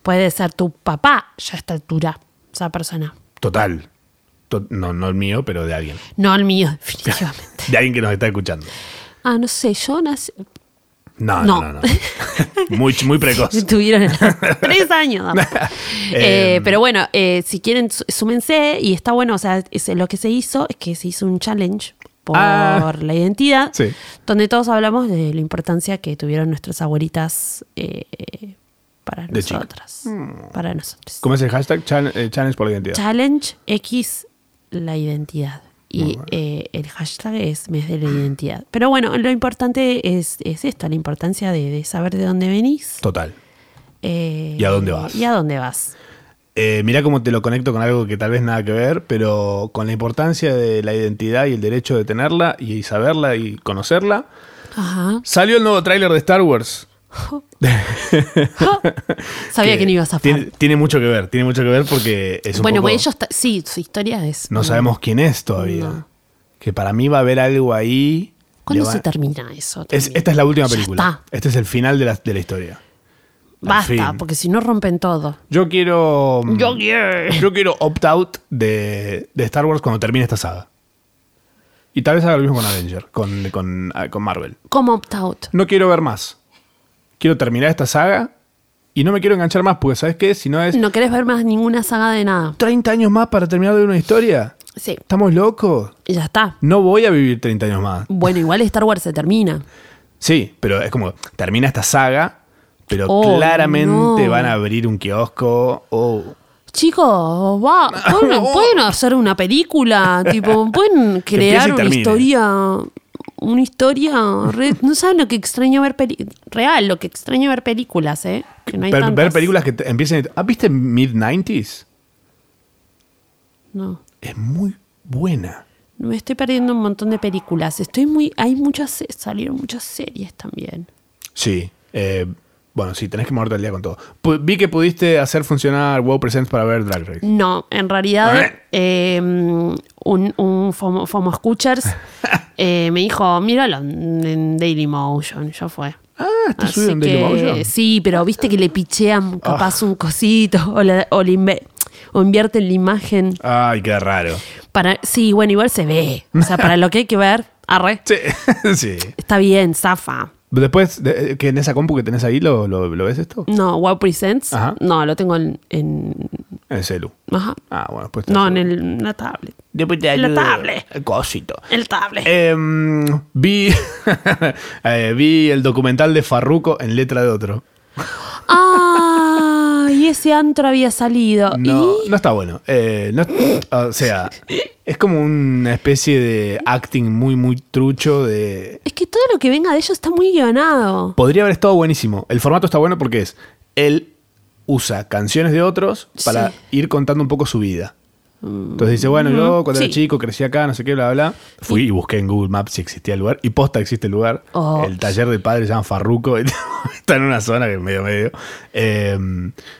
Speaker 2: puede ser tu papá ya a esta altura, esa persona.
Speaker 1: Total. To- no, no el mío, pero de alguien.
Speaker 2: No el mío, definitivamente.
Speaker 1: De alguien que nos está escuchando.
Speaker 2: ah, no sé, yo nací.
Speaker 1: No, no, no.
Speaker 2: No.
Speaker 1: no. muy, ch- muy precoz.
Speaker 2: Estuvieron tres años. dama.
Speaker 1: Eh,
Speaker 2: Eh, pero bueno, eh, si quieren, sú- súmense. Y está bueno, o sea, es- lo que se hizo es que se hizo un challenge por
Speaker 1: Ah.
Speaker 2: la identidad,
Speaker 1: Sí.
Speaker 2: donde todos hablamos de la importancia que tuvieron nuestras abuelitas eh, eh, para
Speaker 1: De chica.
Speaker 2: nosotras. Para nosotros.
Speaker 1: ¿Cómo es el hashtag? Chan- eh, challenge por la identidad.
Speaker 2: Challenge X la identidad. Y eh, el hashtag es mes de la identidad. Pero bueno, lo importante es, es esto, la importancia de, de saber de dónde venís.
Speaker 1: Total.
Speaker 2: Eh,
Speaker 1: ¿Y a dónde vas?
Speaker 2: ¿Y a dónde vas?
Speaker 1: Eh, mirá cómo te lo conecto con algo que tal vez nada que ver, pero con la importancia de la identidad y el derecho de tenerla y saberla y conocerla.
Speaker 2: Ajá.
Speaker 1: Salió el nuevo tráiler de Star Wars.
Speaker 2: Sabía que, no ibas a
Speaker 1: tiene,
Speaker 2: zafar.
Speaker 1: tiene mucho que ver, tiene mucho que ver porque es un
Speaker 2: Bueno,
Speaker 1: poco-
Speaker 2: pues ellos ta- sí, su historia es.
Speaker 1: no sabemos quién es todavía.
Speaker 2: No.
Speaker 1: Que para mí va a haber algo ahí.
Speaker 2: ¿Cuándo
Speaker 1: Le va-
Speaker 2: se termina eso?
Speaker 1: Es-
Speaker 2: también?
Speaker 1: esta es la última
Speaker 2: Ya
Speaker 1: película.
Speaker 2: está.
Speaker 1: Este es el final de la, de la historia. Al
Speaker 2: Basta,
Speaker 1: fin.
Speaker 2: porque si no rompen todo.
Speaker 1: Yo quiero. mm,
Speaker 2: Yo quiero.
Speaker 1: Yo quiero opt-out de, de Star Wars cuando termine esta saga. Y tal vez haga lo mismo con Avenger, con, con- ah, con Marvel.
Speaker 2: Como opt-out.
Speaker 1: No quiero ver más. Quiero terminar esta saga y no me quiero enganchar más, porque ¿sabes qué? Si no es
Speaker 2: No querés ver más ninguna saga de nada.
Speaker 1: 30 años más para terminar de ver una historia.
Speaker 2: Sí,
Speaker 1: ¿Estamos locos?
Speaker 2: ya está.
Speaker 1: No voy a vivir 30 años más.
Speaker 2: Bueno, igual Star Wars se termina.
Speaker 1: Sí, pero es como, termina esta saga, pero
Speaker 2: Oh,
Speaker 1: claramente
Speaker 2: no.
Speaker 1: van a abrir un kiosco. Oh.
Speaker 2: Chicos, va, ¿pueden, pueden hacer una película, tipo, pueden
Speaker 1: empiece y
Speaker 2: crear una
Speaker 1: termine.
Speaker 2: historia, una historia, re- no saben lo que extraño ver peli- real, lo que extraño ver películas, eh, que no hay
Speaker 1: Ver- ver
Speaker 2: tantas.
Speaker 1: películas que te- empiecen... ¿Ah, viste Mid-90s?
Speaker 2: No,
Speaker 1: Es muy buena.
Speaker 2: me estoy perdiendo un montón de películas. Estoy muy, hay muchas, se- salieron muchas series también.
Speaker 1: Sí. eh, bueno, sí, tenés que moverte al día con todo. Pu- vi que pudiste hacer funcionar WoW Presents para ver Drag Race.
Speaker 2: No, en realidad, eh, un, un FOMO, FOMO Escuchers eh, me dijo, míralo en en Dailymotion, ya fue.
Speaker 1: Ah, está
Speaker 2: Así
Speaker 1: subido en
Speaker 2: que,
Speaker 1: Dailymotion.
Speaker 2: Sí, pero viste que le pichean capaz un cosito o, la- o le inve- o invierten la imagen.
Speaker 1: Ay, qué raro.
Speaker 2: Para, sí, bueno, igual se ve. O sea, para lo que hay que ver, arre,
Speaker 1: Sí, sí.
Speaker 2: está bien, zafa.
Speaker 1: Después, de- eh, que en esa compu que tenés ahí, ¿lo, lo, lo ves esto?
Speaker 2: No, Wow Presents.
Speaker 1: Ajá.
Speaker 2: No, lo tengo en. en-
Speaker 1: En el celu.
Speaker 2: ajá.
Speaker 1: Ah, bueno, pues...
Speaker 2: No, en, el, en la tablet.
Speaker 1: Después te
Speaker 2: La
Speaker 1: ayudo.
Speaker 2: tablet.
Speaker 1: Cosito.
Speaker 2: El tablet.
Speaker 1: Em, vi, eh, vi el documental de Farruko en letra de otro.
Speaker 2: ¡Ah! Y ese antro había salido.
Speaker 1: No,
Speaker 2: Y-
Speaker 1: no está bueno. Eh, no- o sea, es como una especie de acting muy, muy trucho de...
Speaker 2: Es que todo lo que venga de ellos está muy guionado.
Speaker 1: Podría haber estado buenísimo. El formato está bueno porque es, él usa canciones de otros para
Speaker 2: Sí. Mm.
Speaker 1: ir contando un poco su vida. Entonces dice, bueno, yo cuando
Speaker 2: Sí.
Speaker 1: era chico crecí acá, no sé qué, bla, bla. Fui y busqué en Google Maps si existía el lugar. Y posta existe el lugar.
Speaker 2: Oh.
Speaker 1: El taller del padre se llama Farruco. Está en una zona que es medio medio. Eh,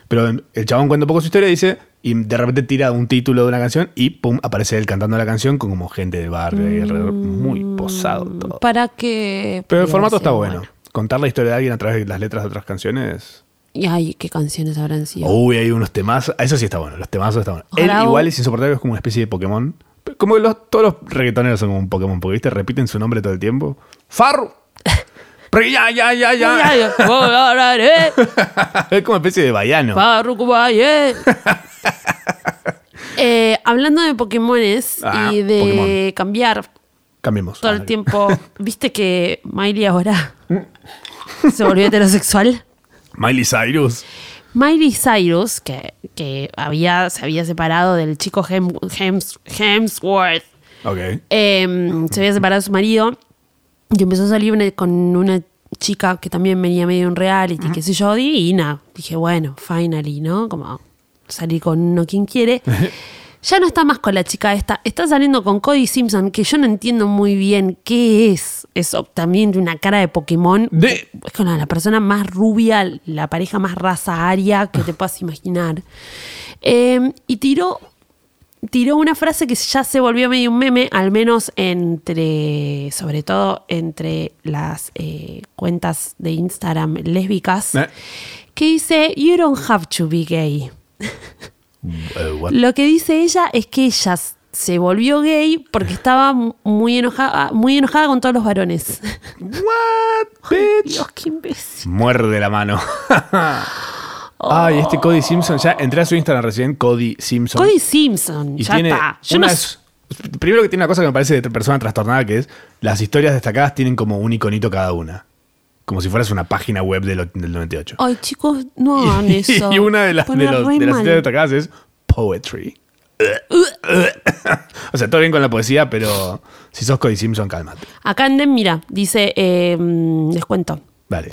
Speaker 1: pero el chabón cuenta un poco su historia y dice, y de repente tira un título de una canción y pum, aparece él cantando la canción con como gente del barrio ahí alrededor. Muy posado todo.
Speaker 2: Mm, Para que.
Speaker 1: Pero el
Speaker 2: pudiera
Speaker 1: formato está
Speaker 2: ser
Speaker 1: bueno. Contar la historia de alguien a través de las letras de otras canciones.
Speaker 2: Y ay, qué canciones habrán sido.
Speaker 1: Uy, hay unos temazos. Eso sí está bueno, los temazos están buenos. Él
Speaker 2: Ojalá o-
Speaker 1: igual es insoportable, es como una especie de Pokémon. Como los, todos los reggaetoneros son como un Pokémon, porque viste, repiten su nombre todo el tiempo. Farru. Pero ya, ya, ya, ya. eh, es como una especie de vallano.
Speaker 2: Eh, hablando de Pokémones
Speaker 1: Ah,
Speaker 2: y de
Speaker 1: Pokémon.
Speaker 2: cambiar
Speaker 1: Cambiemos.
Speaker 2: todo el tiempo, ¿viste que Miley ahora
Speaker 1: Mm.
Speaker 2: se volvió heterosexual?
Speaker 1: Miley Cyrus.
Speaker 2: Miley Cyrus, que, que había, se había separado del chico Hem- Hems- Hemsworth,
Speaker 1: Ok.
Speaker 2: eh, se había separado de su marido y empezó a salir una- con una chica que también venía medio en reality, qué sé yo, y nada, dije, bueno, finally, ¿no? Como salir con uno quien quiere. Ya no está más con la chica esta, está saliendo con Cody Simpson, que yo no entiendo muy bien qué es eso, también de una cara de Pokémon.
Speaker 1: De-
Speaker 2: Es con la persona más rubia, la pareja más raza aria que te puedas imaginar. Eh, y tiró tiró una frase que ya se volvió medio un meme, al menos entre, sobre todo entre las eh, cuentas de Instagram lésbicas,
Speaker 1: Eh.
Speaker 2: que dice, You don't have to be gay.
Speaker 1: Eh, what?
Speaker 2: Lo que dice ella es que ella s- se volvió gay porque estaba mu- muy enojada, muy enojada con todos los varones.
Speaker 1: What, bitch?
Speaker 2: Dios, qué imbécil.
Speaker 1: Muerde la mano.
Speaker 2: Oh.
Speaker 1: Ay, este Cody Simpson. Ya entré a su Instagram recién, Cody Simpson.
Speaker 2: Cody Simpson,
Speaker 1: Y
Speaker 2: ya
Speaker 1: tiene
Speaker 2: está. Yo no
Speaker 1: unas-
Speaker 2: sé-
Speaker 1: Primero que tiene una cosa que me parece de persona trastornada, que es las historias destacadas tienen como un iconito cada una. Como si fueras una página web del, o- del 98.
Speaker 2: Ay, chicos, no hagan
Speaker 1: y,
Speaker 2: eso.
Speaker 1: y una de las, de,
Speaker 2: Pone
Speaker 1: los- de
Speaker 2: re
Speaker 1: las
Speaker 2: mal.
Speaker 1: historias destacadas es poetry. o sea, todo bien con la poesía, pero si sos Cody Simpson, cálmate.
Speaker 2: Acá Andem, mira, dice, eh, mm, les cuento.
Speaker 1: Vale.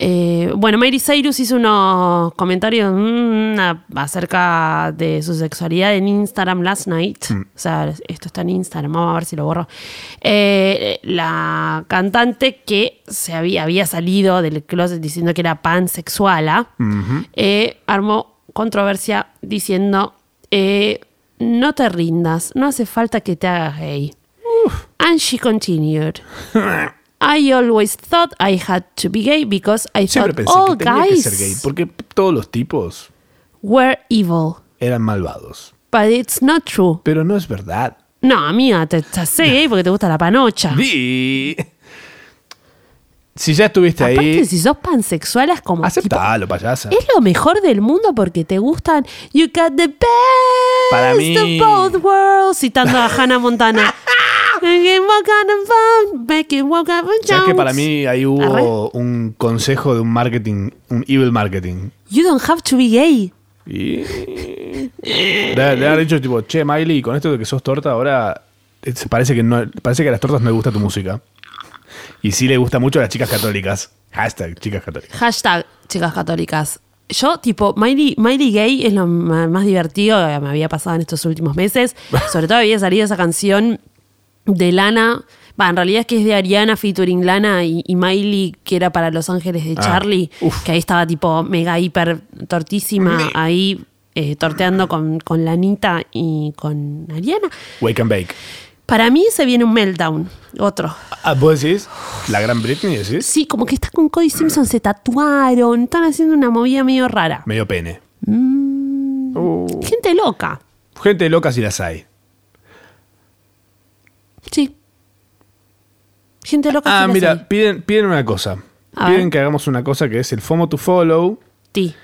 Speaker 2: Eh, bueno, Mary Cyrus hizo unos comentarios mm, a- acerca de su sexualidad en Instagram last night. O sea, esto está en Instagram, vamos a ver si lo borro. Eh, la cantante que se había, había salido del closet diciendo que era pansexuala, eh, armó controversia diciendo, eh, no te rindas, no hace falta que te hagas gay. And she continued. I always thought I had to be gay because I
Speaker 1: Siempre pensé
Speaker 2: thought all
Speaker 1: que tenía que
Speaker 2: guys
Speaker 1: ser gay, porque todos los tipos
Speaker 2: were evil.
Speaker 1: eran malvados.
Speaker 2: But it's not true.
Speaker 1: Pero no es verdad.
Speaker 2: No, amiga, te estás gay porque te gusta la panocha.
Speaker 1: Di- Si ya estuviste ahí,
Speaker 2: Aparte, si sos pansexual, es como.
Speaker 1: aceptalo, payasa.
Speaker 2: tipo, es lo mejor del mundo porque te gustan. You got the best
Speaker 1: Para mí-
Speaker 2: of both worlds. Citando a Hannah Montana. Make it walk on the phone, make it walk on the
Speaker 1: ¿Sabes que
Speaker 2: jones.
Speaker 1: para mí ahí hubo un consejo de un marketing, un evil marketing?
Speaker 2: You don't have to be gay.
Speaker 1: Y. Le, le han dicho, tipo, che, Miley, con esto de que sos torta, ahora. eh, se Parece que, no, parece que a las tortas no le gusta tu música. Y sí le gusta mucho a las chicas católicas. Hashtag chicas católicas.
Speaker 2: Hashtag chicas católicas. Yo, tipo, Miley, Miley Gay es lo ma- más divertido que me había pasado en estos últimos meses. Sobre todo había salido esa canción de Lana. Va, en realidad es que es de Ariana featuring Lana y, y Miley, que era para Los Ángeles de
Speaker 1: Ah,
Speaker 2: Charlie. que ahí estaba, tipo, mega hiper tortísima. Ahí eh, torteando con, con Lanita y con Ariana.
Speaker 1: Wake and bake.
Speaker 2: Para mí se viene un meltdown. Otro.
Speaker 1: Ah, ¿Vos decís? ¿La gran Britney decís?
Speaker 2: Sí, como que está con Cody Simpson, se tatuaron, están haciendo una movida medio rara.
Speaker 1: Medio pene.
Speaker 2: Mm.
Speaker 1: Uh,
Speaker 2: Gente loca.
Speaker 1: Gente loca si las hay.
Speaker 2: Sí. Gente loca.
Speaker 1: Ah,
Speaker 2: que las
Speaker 1: mira,
Speaker 2: hay.
Speaker 1: piden, piden una cosa.
Speaker 2: A
Speaker 1: piden
Speaker 2: ver.
Speaker 1: que hagamos una cosa que es el FOMO to follow,
Speaker 2: Ti.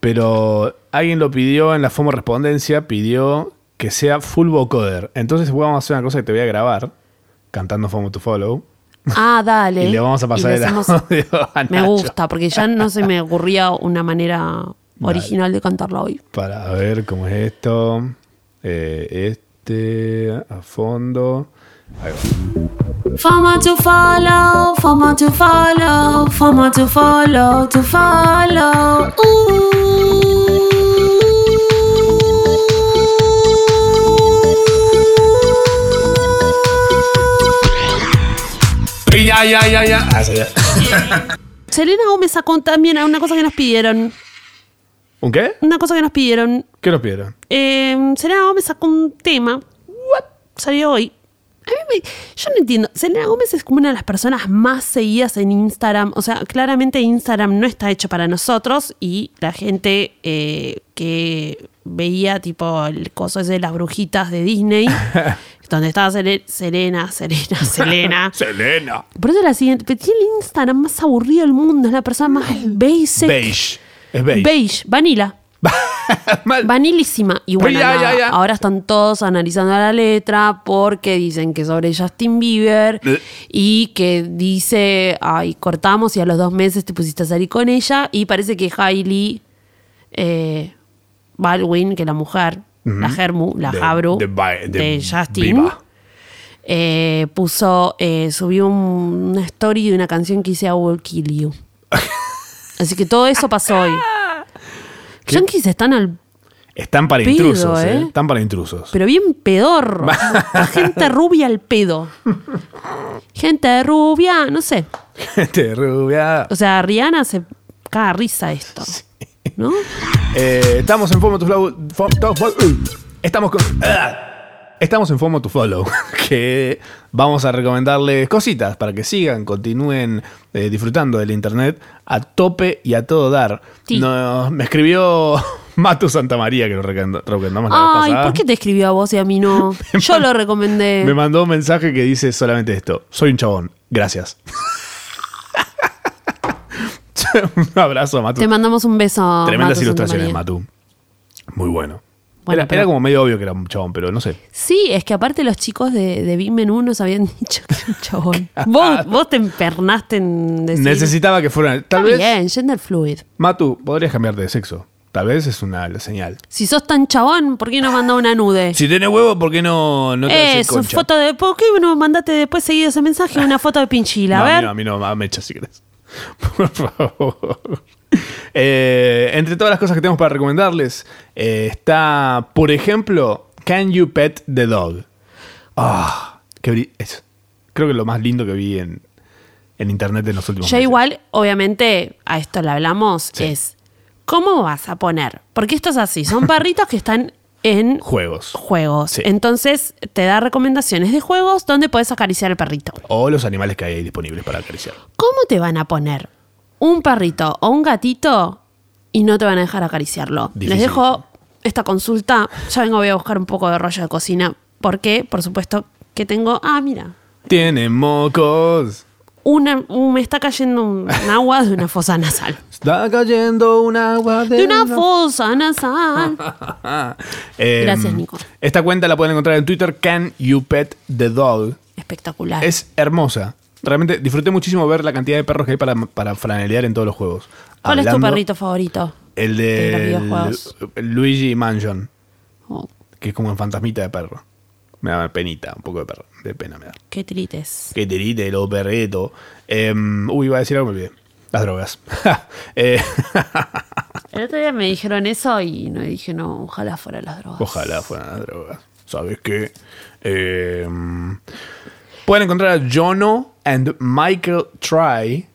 Speaker 1: pero alguien lo pidió en la FOMO respondencia, pidió que sea full vocoder. Entonces vamos a hacer una cosa que te voy a grabar cantando FOMO to follow
Speaker 2: Ah, dale.
Speaker 1: y le vamos a pasar
Speaker 2: Y
Speaker 1: el
Speaker 2: le hacemos-
Speaker 1: audio a
Speaker 2: Me
Speaker 1: Nacho
Speaker 2: gusta, porque ya no se me ocurría una manera original de cantarla hoy.
Speaker 1: Para ver cómo es esto. Eh, este a fondo. Ahí va.
Speaker 2: Fama to follow, fama to follow, fama to follow, to follow. Uh.
Speaker 1: ay, ay, ay, ay. Ah, sí.
Speaker 2: Selena Gómez sacó también a una cosa que nos pidieron.
Speaker 1: ¿Un qué?
Speaker 2: Una cosa que nos pidieron.
Speaker 1: ¿Qué nos pidieron?
Speaker 2: Eh, Selena Gómez sacó un tema. What? Salió hoy. A mí me- yo no entiendo. Selena Gómez es como una de las personas más seguidas en Instagram. O sea, claramente Instagram no está hecho para nosotros y la gente eh, que veía tipo el coso ese de las brujitas de Disney, donde estaba Sele- Selena, Selena, Selena.
Speaker 1: Selena.
Speaker 2: Por eso la siguiente, pero tiene el Instagram más aburrido del mundo, es la persona más basic.
Speaker 1: Beige. Es beige.
Speaker 2: Beige. vanilla.
Speaker 1: Mal.
Speaker 2: Vanilísima. Y bueno,
Speaker 1: Ya, ya,
Speaker 2: nada,
Speaker 1: ya.
Speaker 2: ahora están todos analizando la letra porque dicen que sobre Justin Bieber
Speaker 1: Eh.
Speaker 2: y que dice, ay, cortamos y a los dos meses te pusiste a salir con ella. Y parece que Hailey eh, Baldwin, que la mujer, la Germu, la
Speaker 1: De-
Speaker 2: Jabru
Speaker 1: de ba- de
Speaker 2: de Justin,
Speaker 1: viva.
Speaker 2: eh, puso, eh, subió un- una story de una canción que dice I Will Kill You. Así que todo eso pasó hoy. Yankees están al.
Speaker 1: Están para
Speaker 2: Pido,
Speaker 1: intrusos, ¿eh?
Speaker 2: ¿eh?
Speaker 1: Están para intrusos.
Speaker 2: pero bien pedor. gente rubia al pedo. Gente rubia, no sé.
Speaker 1: Gente rubia.
Speaker 2: O sea, Rihanna se caga risa esto. ¿No?
Speaker 1: Eh, estamos en FOMO to Follow. Fo- to- fo- uh. estamos con. ah. Estamos en FOMO to Follow, que vamos a recomendarles cositas para que sigan, continúen eh, disfrutando del internet a tope y a todo dar.
Speaker 2: Sí.
Speaker 1: Nos- me escribió Matu Santamaría, que lo recomend- recomendamos la vez
Speaker 2: Ay,
Speaker 1: pasada.
Speaker 2: ¿por qué te escribió a vos y a mí no? Yo lo
Speaker 1: Me
Speaker 2: recomendé.
Speaker 1: mandó un mensaje que dice solamente esto: Soy un chabón, gracias. un abrazo, Matu.
Speaker 2: Te mandamos un beso.
Speaker 1: Tremendas
Speaker 2: Mato
Speaker 1: ilustraciones,
Speaker 2: Santamaría.
Speaker 1: Matu. Muy bueno.
Speaker 2: Bueno,
Speaker 1: era,
Speaker 2: pero-
Speaker 1: era como medio obvio que era un chabón, pero no sé.
Speaker 2: Sí, es que aparte los chicos de, de Big Menú nos habían dicho que era un chabón. vos, vos te empernaste en decir.
Speaker 1: Necesitaba que fuera. Tal
Speaker 2: Está
Speaker 1: vez.
Speaker 2: bien, gender fluid.
Speaker 1: Matu, podrías cambiarte de sexo. Tal vez es una señal.
Speaker 2: Si sos tan chabón, ¿por qué no mandás una nude?
Speaker 1: Si tiene huevo, ¿por qué no, no te haces
Speaker 2: Eso,
Speaker 1: concha?
Speaker 2: foto de. ¿Por qué no mandaste después seguido ese mensaje una foto de pinchila?
Speaker 1: no,
Speaker 2: a
Speaker 1: a
Speaker 2: ver.
Speaker 1: mí no, a mí no, a Mecha, si querés. Por favor. Eh, entre todas las cosas que tenemos para recomendarles, eh, está, por ejemplo, Can You Pet the Dog? Ah, qué bri- es- Creo que lo más lindo que vi en, en internet en los últimos
Speaker 2: Yo
Speaker 1: meses.
Speaker 2: igual, obviamente, a esto le hablamos,
Speaker 1: Sí.
Speaker 2: es ¿cómo vas a poner? Porque esto es así, son perritos que están en
Speaker 1: Juegos.
Speaker 2: juegos.
Speaker 1: Sí.
Speaker 2: Entonces te da recomendaciones de juegos donde puedes acariciar al perrito.
Speaker 1: O los animales que hay ahí disponibles para acariciar.
Speaker 2: ¿Cómo te van a poner un perrito o un gatito y no te van a dejar acariciarlo?
Speaker 1: Difícil.
Speaker 2: Les dejo esta consulta. Ya vengo, voy a buscar un poco de rollo de cocina. Porque, por supuesto, que tengo. Ah, mira.
Speaker 1: Tienen mocos.
Speaker 2: Una, un- me está cayendo un agua de una fosa nasal.
Speaker 1: Está cayendo un agua de,
Speaker 2: De una fosa nasal.
Speaker 1: Eh,
Speaker 2: Gracias, Nico.
Speaker 1: Esta cuenta la pueden encontrar en Twitter, Can You Pet the Dog.
Speaker 2: Espectacular.
Speaker 1: Es hermosa. Realmente disfruté muchísimo ver la cantidad de perros que hay para, para franelear en todos los juegos.
Speaker 2: ¿Cuál es tu
Speaker 1: Hablando,
Speaker 2: perrito favorito?
Speaker 1: El
Speaker 2: de los
Speaker 1: de
Speaker 2: videojuegos?
Speaker 1: Lu- Luigi Mansion,
Speaker 2: Oh,
Speaker 1: que es como un fantasmita de perro. Me da penita, un poco de perro. De pena me da.
Speaker 2: qué trites.
Speaker 1: Que tirite, lo perreto. Em, uy, iba a decir algo, me olvidé. Las drogas. Eh,
Speaker 2: El otro día me dijeron eso y no dije, no, ojalá fuera las drogas.
Speaker 1: Ojalá fueran las drogas. ¿Sabes qué? Eh, pueden encontrar a Jono and Michael Try.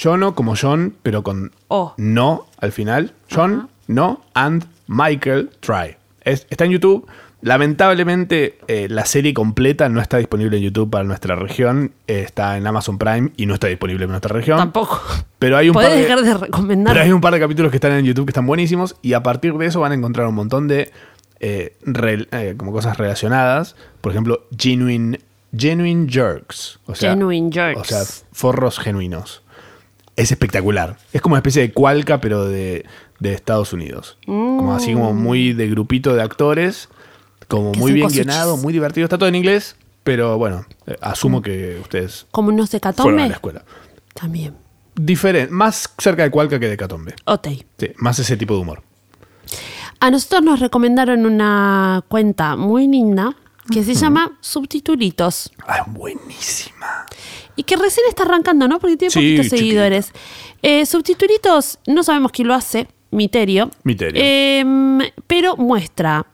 Speaker 1: Jono como John, pero con
Speaker 2: O.
Speaker 1: no al final. John, no, and Michael Try. Es- está en YouTube. Lamentablemente, eh, la serie completa no está disponible en YouTube para nuestra región. Eh, está en Amazon Prime y no está disponible en nuestra región.
Speaker 2: Tampoco.
Speaker 1: Pero hay un
Speaker 2: Podés
Speaker 1: par de-
Speaker 2: dejar de recomendar.
Speaker 1: pero hay un par de capítulos que están en YouTube que están buenísimos y a partir de eso van a encontrar un montón de eh, rel- eh, como cosas relacionadas. Por ejemplo, genuine, genuine jerks. O sea,
Speaker 2: Genuine jerks.
Speaker 1: O sea, forros genuinos. Es espectacular. Es como una especie de cualca, pero de, de Estados Unidos. Como así como muy de grupito de actores. Como
Speaker 2: Mm. Que
Speaker 1: muy
Speaker 2: hacen
Speaker 1: bien
Speaker 2: cositas.
Speaker 1: guionado, muy divertido. Está todo en inglés, pero bueno, eh,
Speaker 2: Mm.
Speaker 1: asumo que ustedes
Speaker 2: Como
Speaker 1: fueron
Speaker 2: unos
Speaker 1: a la
Speaker 2: hecatombes.
Speaker 1: escuela.
Speaker 2: También.
Speaker 1: Diferente, más cerca de cualca que de Catombe.
Speaker 2: Ok.
Speaker 1: Sí, más ese tipo de humor.
Speaker 2: A nosotros nos recomendaron una cuenta muy linda que se llama Subtitulitos
Speaker 1: Ah, buenísima.
Speaker 2: y que recién está arrancando, ¿no? Porque tiene
Speaker 1: Sí,
Speaker 2: poquitos
Speaker 1: chiquitita.
Speaker 2: seguidores. Eh, Subtitulitos, no sabemos quién lo hace, Miterio.
Speaker 1: Miterio.
Speaker 2: Em, pero muestra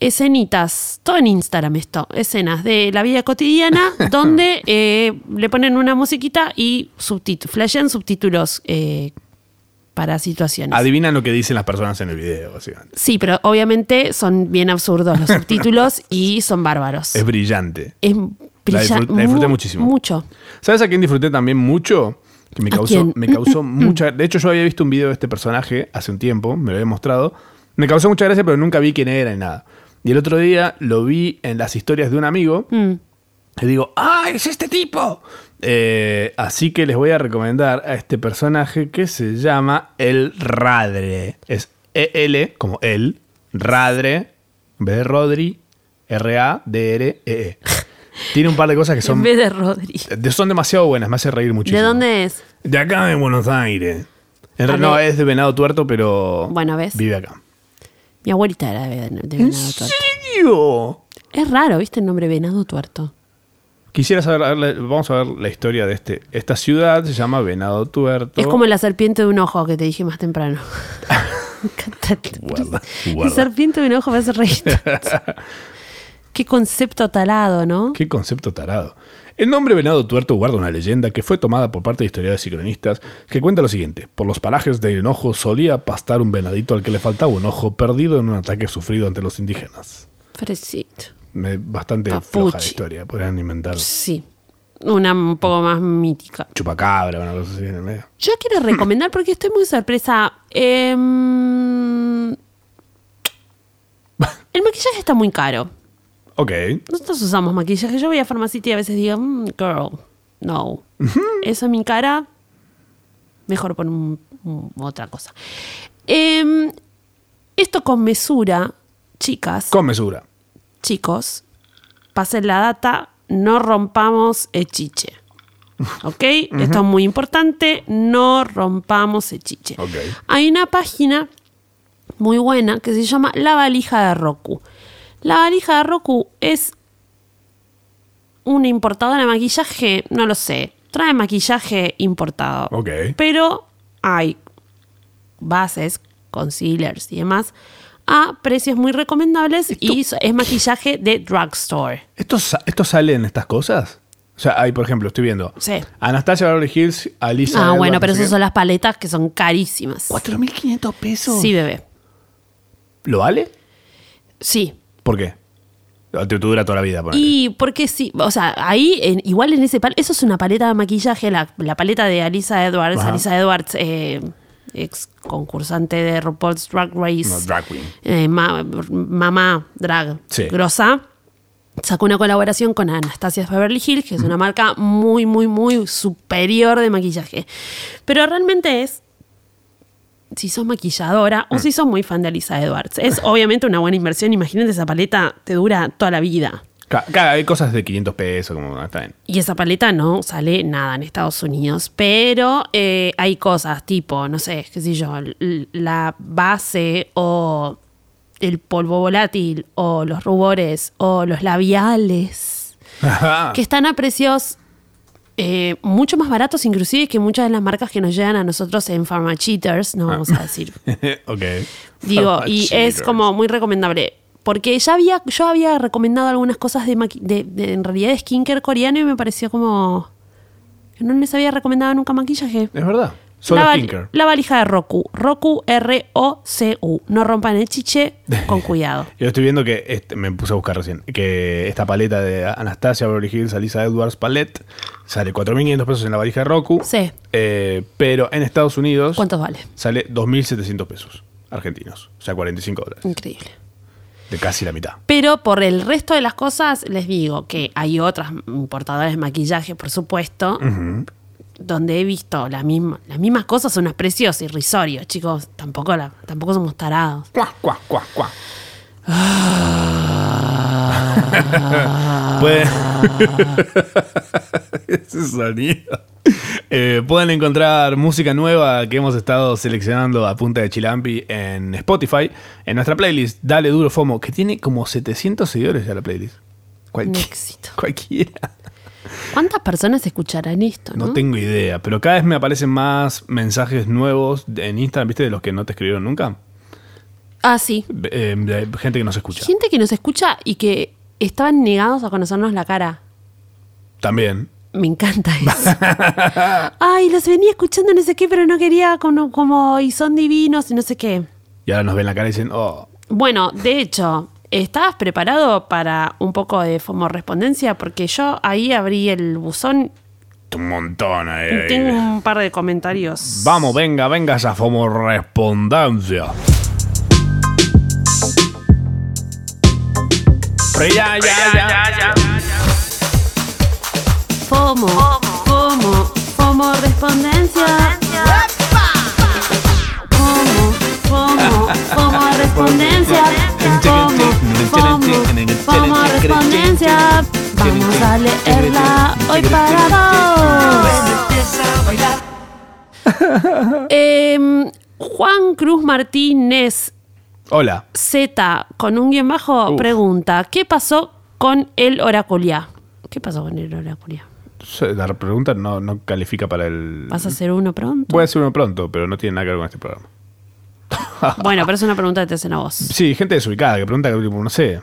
Speaker 2: escenitas, todo en Instagram esto, escenas de la vida cotidiana donde eh, le ponen una musiquita y subtítulos, flashean subtítulos eh, para situaciones.
Speaker 1: Adivinan lo que dicen las personas en el video, básicamente.
Speaker 2: sí, pero obviamente son bien absurdos los subtítulos y son bárbaros.
Speaker 1: Es brillante.
Speaker 2: Es
Speaker 1: La
Speaker 2: brilla-
Speaker 1: disfrut- la disfruté
Speaker 2: mu-
Speaker 1: muchísimo.
Speaker 2: Mucho.
Speaker 1: ¿Sabes a quién disfruté también mucho? Que me
Speaker 2: ¿A
Speaker 1: causó,
Speaker 2: quién? Mm,
Speaker 1: me causó mucha. De hecho, yo había visto un video de este personaje hace un tiempo, me lo había mostrado. Me causó mucha gracia, pero nunca vi quién era ni nada. Y el otro día lo vi en las historias de un amigo.
Speaker 2: Mm.
Speaker 1: Y digo, ¡ah, es este tipo! Eh, así que les voy a recomendar a este personaje que se llama El Radre. Es EL, como él, Radre, en vez de Rodri, R-A-D-R-E-E. E Tiene un par de cosas que son
Speaker 2: En vez de Rodri.
Speaker 1: de- Son demasiado buenas, me hace reír muchísimo.
Speaker 2: ¿De dónde es?
Speaker 1: De acá de Buenos Aires. En
Speaker 2: A
Speaker 1: re- no,
Speaker 2: ver.
Speaker 1: es de Venado Tuerto, pero.
Speaker 2: Bueno, ¿ves?
Speaker 1: Vive acá.
Speaker 2: Mi abuelita era de, Ven- de
Speaker 1: ¿En
Speaker 2: Venado Tuerto.
Speaker 1: serio?
Speaker 2: Es raro, ¿viste? El nombre Venado Tuerto.
Speaker 1: Quisiera saber, a ver, la- vamos a ver la historia de este. Esta ciudad se llama Venado Tuerto.
Speaker 2: Es como la serpiente de un ojo que te dije más temprano. Me encanta.
Speaker 1: Guarda,
Speaker 2: La
Speaker 1: guarda.
Speaker 2: serpiente de un ojo me hace reír. Qué concepto talado, ¿no?
Speaker 1: Qué concepto tarado. El nombre Venado Tuerto guarda una leyenda que fue tomada por parte de historiadores y cronistas que cuenta lo siguiente. Por los parajes de Enojo solía pastar un venadito al que le faltaba un ojo perdido en un ataque sufrido ante los indígenas.
Speaker 2: Fresito.
Speaker 1: Me- Bastante floja la
Speaker 2: Papuchi.
Speaker 1: historia, podrían inventar.
Speaker 2: Sí. Una un poco más mítica.
Speaker 1: chupacabra, una cosa así en el medio.
Speaker 2: Yo quiero recomendar porque estoy muy sorpresa. em, el maquillaje está muy caro.
Speaker 1: Ok.
Speaker 2: Nosotros usamos maquillaje. Yo voy a Pharmacity y a veces digo, "Mm, girl, no. Eso en mi cara, mejor poner un- un- otra cosa. Em, esto con mesura, chicas,
Speaker 1: Con mesura.
Speaker 2: chicos, pasen la data, no rompamos el chiche. ¿Ok? Esto es muy importante, no rompamos el chiche.
Speaker 1: Ok.
Speaker 2: Hay una página muy buena que se llama La Valija de Roku. La Valija de Roku es una importadora de maquillaje, no lo sé, trae maquillaje importado.
Speaker 1: Ok.
Speaker 2: Pero hay bases, concealers y demás a precios muy recomendables y so- es maquillaje de drugstore.
Speaker 1: ¿Esto, sa- ¿Esto sale en estas cosas? O sea, hay, por ejemplo, estoy viendo.
Speaker 2: Sí.
Speaker 1: Anastasia Beverly Hills, Alisa.
Speaker 2: Ah,
Speaker 1: Edwards,
Speaker 2: bueno, pero
Speaker 1: no sé
Speaker 2: esas son las paletas que son carísimas.
Speaker 1: qué. 4.500 pesos.
Speaker 2: Sí, bebé.
Speaker 1: ¿Lo vale?
Speaker 2: Sí,
Speaker 1: ¿Por qué? Te, te dura toda la vida, ponele.
Speaker 2: Y porque sí, o sea, ahí, en- igual en ese pal, eso es una paleta de maquillaje, la, la paleta de Alisa Edwards,
Speaker 1: Ajá.
Speaker 2: Alisa Edwards, eh, ex concursante de RuPaul's Drag Race,
Speaker 1: No, drag queen.
Speaker 2: eh, ma- mamá drag
Speaker 1: Sí.
Speaker 2: grosa, sacó una colaboración con Anastasia's Beverly Hills, que es una marca muy, muy, muy superior de maquillaje. Pero realmente es si sos maquilladora o si sos muy fan de Alisa Edwards. Es obviamente una buena inversión. Imagínate, esa paleta te dura toda la vida.
Speaker 1: Ca- ca- hay cosas de 500 pesos, como ah, está bien.
Speaker 2: Y esa paleta no sale nada en Estados Unidos, pero eh, hay cosas tipo, no sé, qué sé yo, l- la base o el polvo volátil o los rubores o los labiales
Speaker 1: Ajá.
Speaker 2: que están a precios eh, mucho más baratos inclusive que muchas de las marcas que nos llegan a nosotros en Pharma Cheaters, no vamos a decir
Speaker 1: ok.
Speaker 2: Digo,
Speaker 1: Ah,
Speaker 2: y es
Speaker 1: cheaters.
Speaker 2: como muy recomendable. Porque ya había, yo había recomendado algunas cosas de, maqui- de- de- en realidad de skincare coreano y me pareció como que no les había recomendado nunca maquillaje.
Speaker 1: Es verdad. Solo
Speaker 2: la, val-
Speaker 1: Skinker.
Speaker 2: la valija de Roku. Roku R-O-C-U. No rompan el chiche con cuidado.
Speaker 1: Yo estoy viendo que este- me puse a buscar recién que esta paleta de Anastasia Beverly Hills, Alisa Edwards Palette sale 4.500 pesos en la valija de Roku.
Speaker 2: Sí.
Speaker 1: Eh, pero en Estados Unidos
Speaker 2: ¿Cuántos vale?
Speaker 1: sale 2.700 pesos argentinos. O sea, 45 dólares.
Speaker 2: Increíble.
Speaker 1: De casi la mitad.
Speaker 2: Pero por el resto de las cosas, les digo que hay otras importadoras de maquillaje, por supuesto, donde he visto las mismas, las mismas cosas a unos precios irrisorios, chicos. Tampoco, la, tampoco somos tarados.
Speaker 1: Cuá, cuá, cuá, cuá. Pueden-
Speaker 2: Ah.
Speaker 1: Ese sonido. Eh, pueden encontrar música nueva que hemos estado seleccionando a punta de Chilampi en Spotify, en nuestra playlist Dale Duro FOMO, que tiene como 700 seguidores ya la playlist.
Speaker 2: Un
Speaker 1: Cualquier,
Speaker 2: éxito.
Speaker 1: cualquiera.
Speaker 2: ¿Cuántas personas escucharán esto? No,
Speaker 1: No tengo idea, pero cada vez me aparecen más mensajes nuevos en Instagram, ¿viste? De los que no te escribieron nunca.
Speaker 2: Ah, sí.
Speaker 1: Eh, de gente que nos escucha.
Speaker 2: Gente que nos escucha y que estaban negados a conocernos la cara.
Speaker 1: También.
Speaker 2: Me encanta eso. Ay, los venía escuchando no sé qué, pero no quería como, como y son divinos y no sé qué.
Speaker 1: Y ahora nos ven la cara y dicen, oh,
Speaker 2: Bueno, de hecho, ¿estabas preparado para un poco de fomorrespondencia? Porque yo ahí abrí el buzón
Speaker 1: un montón ahí.
Speaker 2: y tengo un par de comentarios.
Speaker 1: Vamos, venga, venga esa fomorrespondencia. Pero ya, ya, ya.
Speaker 2: FOMO, FOMO, fomorrespondencia. FOMO, FOMO, fomorrespondencia. FOMO, FOMO, fomorrespondencia. Vamos a leerla hoy para vos. Em, Juan Cruz Martínez
Speaker 1: Hola.
Speaker 2: Z con un guión bajo
Speaker 1: Uf.
Speaker 2: pregunta, ¿qué pasó con el oraculia? ¿Qué pasó con el oraculia?
Speaker 1: Se- La pregunta no, no califica para el.
Speaker 2: ¿Vas a hacer uno pronto?
Speaker 1: Puede ser uno pronto, pero no tiene nada que ver con este programa.
Speaker 2: Bueno, pero es una pregunta que te hacen a vos.
Speaker 1: Sí, gente desubicada que pregunta, tipo, no sé.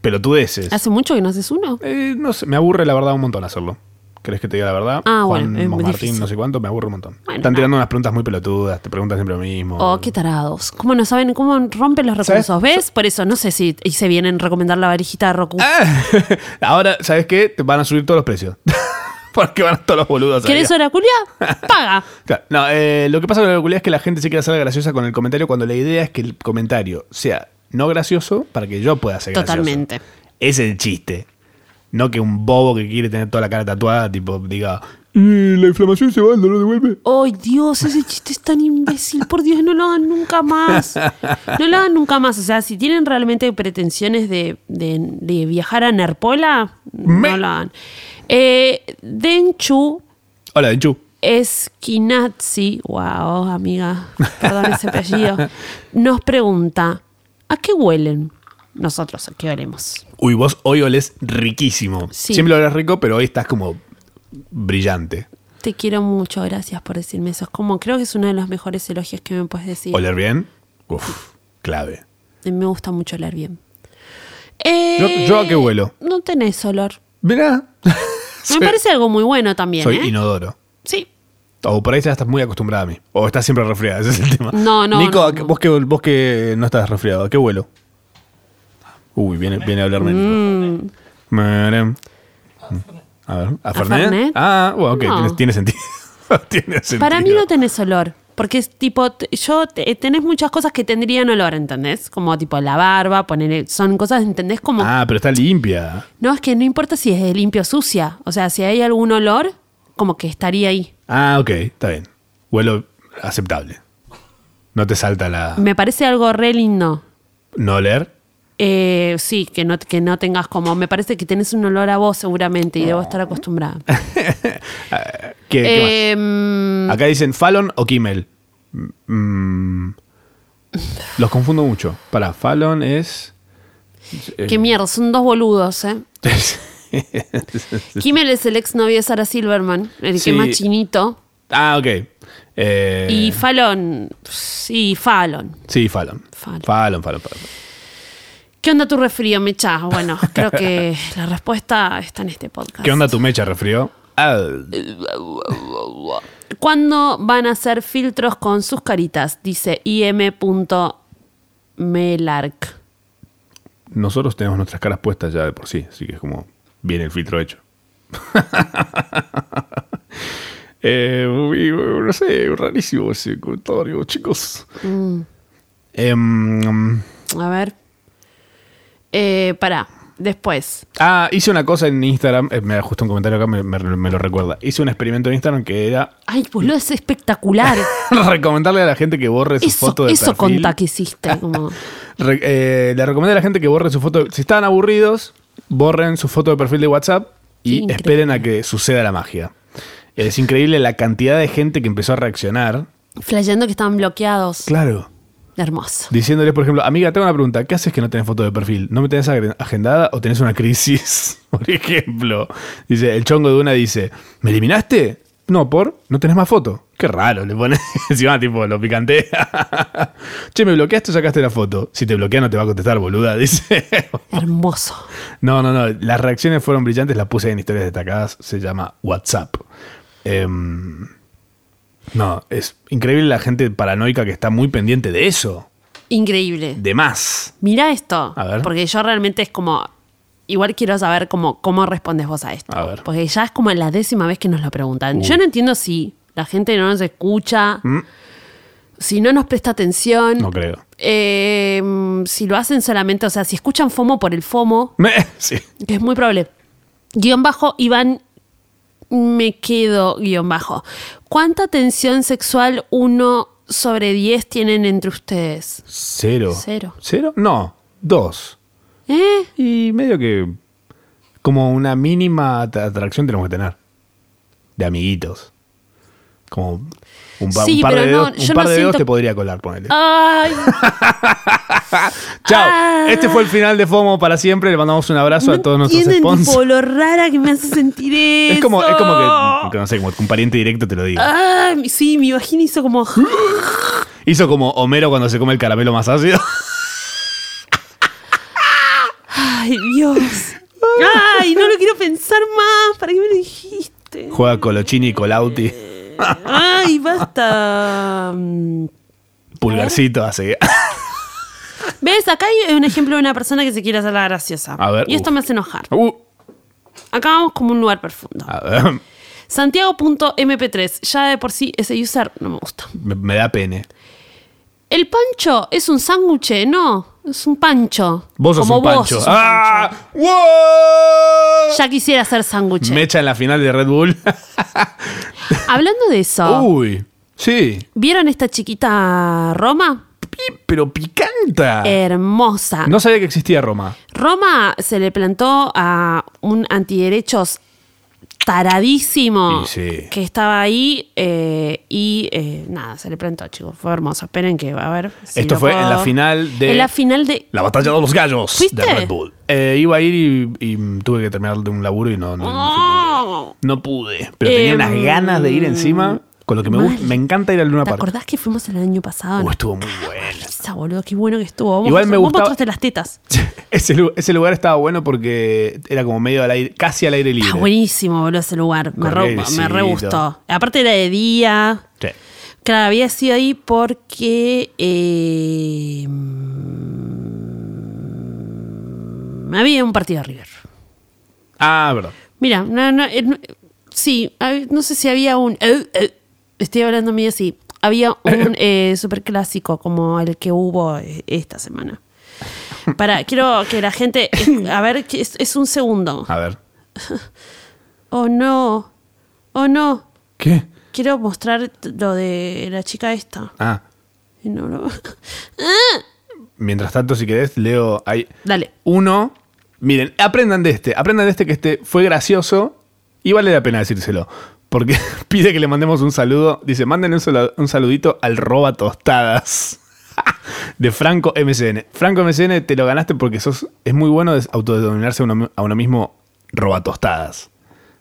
Speaker 1: Pelotudeces.
Speaker 2: ¿Hace mucho que no haces uno?
Speaker 1: Eh, no sé, me aburre la verdad un montón hacerlo. ¿Querés que te diga la verdad?
Speaker 2: Ah,
Speaker 1: Juan
Speaker 2: bueno, es muy
Speaker 1: Martín,
Speaker 2: difícil.
Speaker 1: no sé cuánto, me aburre un montón.
Speaker 2: Bueno,
Speaker 1: Están
Speaker 2: nada.
Speaker 1: tirando unas preguntas muy pelotudas, te preguntan siempre lo mismo.
Speaker 2: Oh, qué tarados. ¿Cómo no saben cómo rompen los
Speaker 1: ¿Sabes?
Speaker 2: recursos? ¿Ves? Por eso, no sé si hice bien en recomendar la varijita de Roku.
Speaker 1: Ah, Ahora, ¿sabes qué? Te van a subir todos los precios. Porque van todos los boludos. ahí.
Speaker 2: ¿Querés oraculia? Paga.
Speaker 1: Claro, No, eh, lo que pasa con la locura es que la gente se quiere hacer graciosa con el comentario cuando la idea es que el comentario sea no gracioso para que yo pueda ser gracioso.
Speaker 2: Totalmente.
Speaker 1: Ese es el chiste. No que un bobo que quiere tener toda la cara tatuada, tipo, diga, y la inflamación se va, el dolor devuelve.
Speaker 2: ¡Ay, Dios! Ese chiste es tan imbécil. Por Dios, no lo hagan nunca más. No lo hagan nunca más. O sea, si tienen realmente pretensiones de, de- de viajar a Nerpola,
Speaker 1: Me-
Speaker 2: no lo hagan. Eh, Denchu
Speaker 1: Hola, Denchu.
Speaker 2: Esquinazzi, wow, amiga, perdón ese apellido, nos pregunta, ¿a qué huelen? Nosotros, ¿a qué olemos?
Speaker 1: Uy, vos hoy olés riquísimo.
Speaker 2: Sí.
Speaker 1: Siempre olés rico, pero hoy estás como brillante.
Speaker 2: Te quiero mucho, gracias por decirme eso. Es como, creo que es uno de los mejores elogios que me puedes decir.
Speaker 1: Oler bien, uff, clave.
Speaker 2: Me gusta mucho oler bien. Eh,
Speaker 1: Yo- ¿yo a qué huelo?
Speaker 2: No tenés olor.
Speaker 1: Mirá.
Speaker 2: Ah, Me parece algo muy bueno también,
Speaker 1: Soy
Speaker 2: ¿eh?
Speaker 1: inodoro.
Speaker 2: Sí.
Speaker 1: O por ahí ya estás muy acostumbrada a mí. O estás siempre resfriada, ese es el tema.
Speaker 2: No, no,
Speaker 1: Nico,
Speaker 2: no,
Speaker 1: ¿a qué-
Speaker 2: no.
Speaker 1: Vos, que, vos que no estás resfriado, ¿a qué vuelo? Uy, viene, viene a hablarme
Speaker 2: Mm.
Speaker 1: Nico. Merem. A ver, ¿a Fernet?
Speaker 2: Fernet?
Speaker 1: Ah, bueno, ok,
Speaker 2: No.
Speaker 1: tiene, tiene sentido. tiene sentido.
Speaker 2: Para mí no tenés olor, porque es tipo, t- yo te- tenés muchas cosas que tendrían olor, ¿entendés? Como tipo la barba, poner, son cosas, ¿entendés? Como,
Speaker 1: Ah, pero está limpia.
Speaker 2: no, es que no importa si es de limpio o sucia, o sea, si hay algún olor, como que estaría ahí.
Speaker 1: Ah, ok, está bien. Vuelo aceptable. No te salta la.
Speaker 2: Me parece algo re lindo.
Speaker 1: No oler.
Speaker 2: Eh, sí, que no, que no tengas como, me parece que tenés un olor a vos seguramente y debo
Speaker 1: Ah.
Speaker 2: estar acostumbrada.
Speaker 1: ¿Qué, qué más?
Speaker 2: Eh, mm,
Speaker 1: Acá dicen Fallon o Kimmel. Mm, los confundo mucho. Para, Fallon es.
Speaker 2: qué
Speaker 1: Eh.
Speaker 2: mierda, son dos boludos, ¿eh? Kimmel es el exnovio de Sara Silverman, el
Speaker 1: Sí.
Speaker 2: que más chinito.
Speaker 1: ah, ok. Eh,
Speaker 2: Y Fallon, sí, Fallon.
Speaker 1: sí, Fallon.
Speaker 2: Fallon.
Speaker 1: Fallon, Fallon, Fallon.
Speaker 2: ¿Qué onda tu refrío, Mecha? Bueno, creo que la respuesta está en este podcast.
Speaker 1: ¿Qué onda tu mecha, refrío? Ah,
Speaker 2: Eh. ¿Cuándo van a hacer filtros con sus caritas? Dice im.melarc.
Speaker 1: nosotros tenemos nuestras caras puestas ya de por sí, así que es como. Viene el filtro hecho. Eh, uy, uy, no sé, rarísimo ese comentario, chicos.
Speaker 2: Mm.
Speaker 1: Em,
Speaker 2: A ver. Eh, pará, después.
Speaker 1: Ah, hice una cosa en Instagram. eh, me da justo un comentario acá, me, me- me lo recuerda. Hice un experimento en Instagram que era
Speaker 2: Ay, boludo, es espectacular.
Speaker 1: recomendarle a la gente que borre su
Speaker 2: Eso,
Speaker 1: foto de
Speaker 2: eso
Speaker 1: perfil.
Speaker 2: contá que hiciste. Como...
Speaker 1: Re- eh, le recomendé a la gente que borre su foto. Si están aburridos, borren su foto de perfil de WhatsApp
Speaker 2: Qué
Speaker 1: y
Speaker 2: increíble.
Speaker 1: esperen a que suceda la magia. Es increíble la cantidad de gente que empezó a reaccionar.
Speaker 2: Flayando que estaban bloqueados.
Speaker 1: Claro.
Speaker 2: Hermoso.
Speaker 1: Diciéndoles, por ejemplo, amiga, tengo una pregunta. ¿Qué haces que no tenés foto de perfil? ¿No me tenés agre- agendada o tenés una crisis? por ejemplo. Dice, el chongo de una dice, ¿me eliminaste? No, por. No tenés más foto. Qué raro, le pones encima, tipo, lo picante. che, me bloqueaste o sacaste la foto. Si te bloquea, no te va a contestar, boluda, dice.
Speaker 2: Hermoso.
Speaker 1: No, no, no. Las reacciones fueron brillantes. Las puse en historias destacadas. Se llama WhatsApp. Em, no, es increíble la gente paranoica que está muy pendiente de eso.
Speaker 2: Increíble.
Speaker 1: De más.
Speaker 2: Mira esto.
Speaker 1: A ver.
Speaker 2: Porque yo realmente es como. Igual quiero saber cómo, cómo respondes vos a esto.
Speaker 1: A ver. Uh.
Speaker 2: Porque ya es como la décima vez que nos lo preguntan. Yo no entiendo si la gente no nos escucha,
Speaker 1: Mm.
Speaker 2: si no nos presta atención,
Speaker 1: No creo.
Speaker 2: eh, si lo hacen solamente, o sea, si escuchan FOMO por el FOMO,
Speaker 1: Me- sí.
Speaker 2: que es muy probable. Guión bajo, Iván, me quedo guión bajo. ¿Cuánta tensión sexual 1 sobre 10 tienen entre ustedes?
Speaker 1: Cero.
Speaker 2: Cero.
Speaker 1: ¿Cero? No. Dos.
Speaker 2: ¿Eh?
Speaker 1: Y medio que. Como una mínima at- atracción tenemos que tener. De amiguitos. Como. Un, pa-
Speaker 2: Sí,
Speaker 1: un par de
Speaker 2: pero no,
Speaker 1: dedos, un
Speaker 2: yo
Speaker 1: par
Speaker 2: no
Speaker 1: de dedos
Speaker 2: siento- Ah,
Speaker 1: te podría colar, ponele.
Speaker 2: Ay,
Speaker 1: Chao.
Speaker 2: Ah.
Speaker 1: Este fue el final de FOMO para siempre. Le mandamos un abrazo a todos nuestros
Speaker 2: entienden, tipo,
Speaker 1: sponsors.
Speaker 2: lo rara que me hace sentir eso.
Speaker 1: Es como, es como que, que no sé, como que un pariente directo te lo
Speaker 2: Ah.
Speaker 1: diga.
Speaker 2: Ay, sí, mi vagina hizo como.
Speaker 1: Hizo como Homero cuando se come el caramelo más ácido.
Speaker 2: Ay, Dios. Ay, no lo quiero pensar más. ¿Para qué me lo dijiste?
Speaker 1: Juega Colochini y Colauti.
Speaker 2: Eh. Ay, basta. Mm.
Speaker 1: Pulgarcito hace.
Speaker 2: ¿Ves? Acá hay un ejemplo de una persona que se quiere hacer la graciosa.
Speaker 1: A ver,
Speaker 2: y esto
Speaker 1: uf.
Speaker 2: me hace enojar.
Speaker 1: Uh,
Speaker 2: Acá vamos como un lugar profundo.
Speaker 1: a ver,
Speaker 2: Santiago.mp3. Ya de por sí ese user no me gusta.
Speaker 1: me, me da pene.
Speaker 2: El pancho es un sándwich, no. Es un pancho.
Speaker 1: Vos sos
Speaker 2: Como
Speaker 1: un pancho.
Speaker 2: sos un
Speaker 1: ¡Ah!
Speaker 2: pancho.
Speaker 1: ¡Wow!
Speaker 2: Ya quisiera hacer sándwich.
Speaker 1: Me echa en la final de Red Bull.
Speaker 2: Hablando de eso,
Speaker 1: Uy, sí.
Speaker 2: ¿vieron esta chiquita Roma?
Speaker 1: Pi- Pero picanta.
Speaker 2: Eh. Hermosa.
Speaker 1: Ah. No sabía que existía Roma.
Speaker 2: Roma se le plantó a un antiderechos taradísimo
Speaker 1: Y sí.
Speaker 2: que estaba ahí eh, y eh, nada, se le plantó, chicos. Fue hermoso. Esperen que va a ver. si
Speaker 1: Esto
Speaker 2: lo
Speaker 1: fue en
Speaker 2: puedo-
Speaker 1: la final de-
Speaker 2: En la final de.
Speaker 1: La batalla de los gallos
Speaker 2: ¿Fuiste?
Speaker 1: de Red Bull. Eh, iba a ir y, y, mm, tuve que terminar de un laburo y no, no, no,
Speaker 2: ¡Oh!
Speaker 1: no pude. Pero tenía
Speaker 2: Em,
Speaker 1: unas ganas de ir encima. Con lo que me gusta.
Speaker 2: mal.
Speaker 1: Me encanta ir a Luna
Speaker 2: ¿Te
Speaker 1: Park.
Speaker 2: acordás que fuimos el año pasado?
Speaker 1: Uh,
Speaker 2: No,
Speaker 1: estuvo muy buena.
Speaker 2: Esa, boludo, qué bueno que estuvo. Vos
Speaker 1: Igual
Speaker 2: mos-
Speaker 1: me
Speaker 2: vos
Speaker 1: gustaba-
Speaker 2: mostraste las tetas.
Speaker 1: Ese, lu- ese lugar estaba bueno porque era como medio al aire, casi al aire libre.
Speaker 2: Está buenísimo, boludo, ese lugar. Me, re,
Speaker 1: Correcto.
Speaker 2: me re gustó. Aparte era de día.
Speaker 1: Sí.
Speaker 2: Claro, había sido ahí porque. eh, mm, había un partido de River.
Speaker 1: Ah, verdad.
Speaker 2: Mira, no, no, eh, no, eh, sí, hab- no sé si había un. eh, eh, estoy hablando medio así. Había un eh, superclásico como el que hubo eh, esta semana. Para, quiero que la gente. A ver, que es, es un segundo.
Speaker 1: A ver.
Speaker 2: Oh no. Oh no.
Speaker 1: ¿Qué?
Speaker 2: Quiero mostrar lo de la chica esta.
Speaker 1: Ah.
Speaker 2: Y no lo-
Speaker 1: Mientras tanto, si querés, leo. Hay
Speaker 2: Dale.
Speaker 1: uno. Miren, aprendan de este. Aprendan de este que este fue gracioso y vale la pena decírselo. Porque pide que le mandemos un saludo. Dice: manden un, sala- un saludito al roba tostadas. De Franco MCN. Franco MCN te lo ganaste porque sos, es muy bueno de autodenominarse a uno, a uno mismo roba tostadas.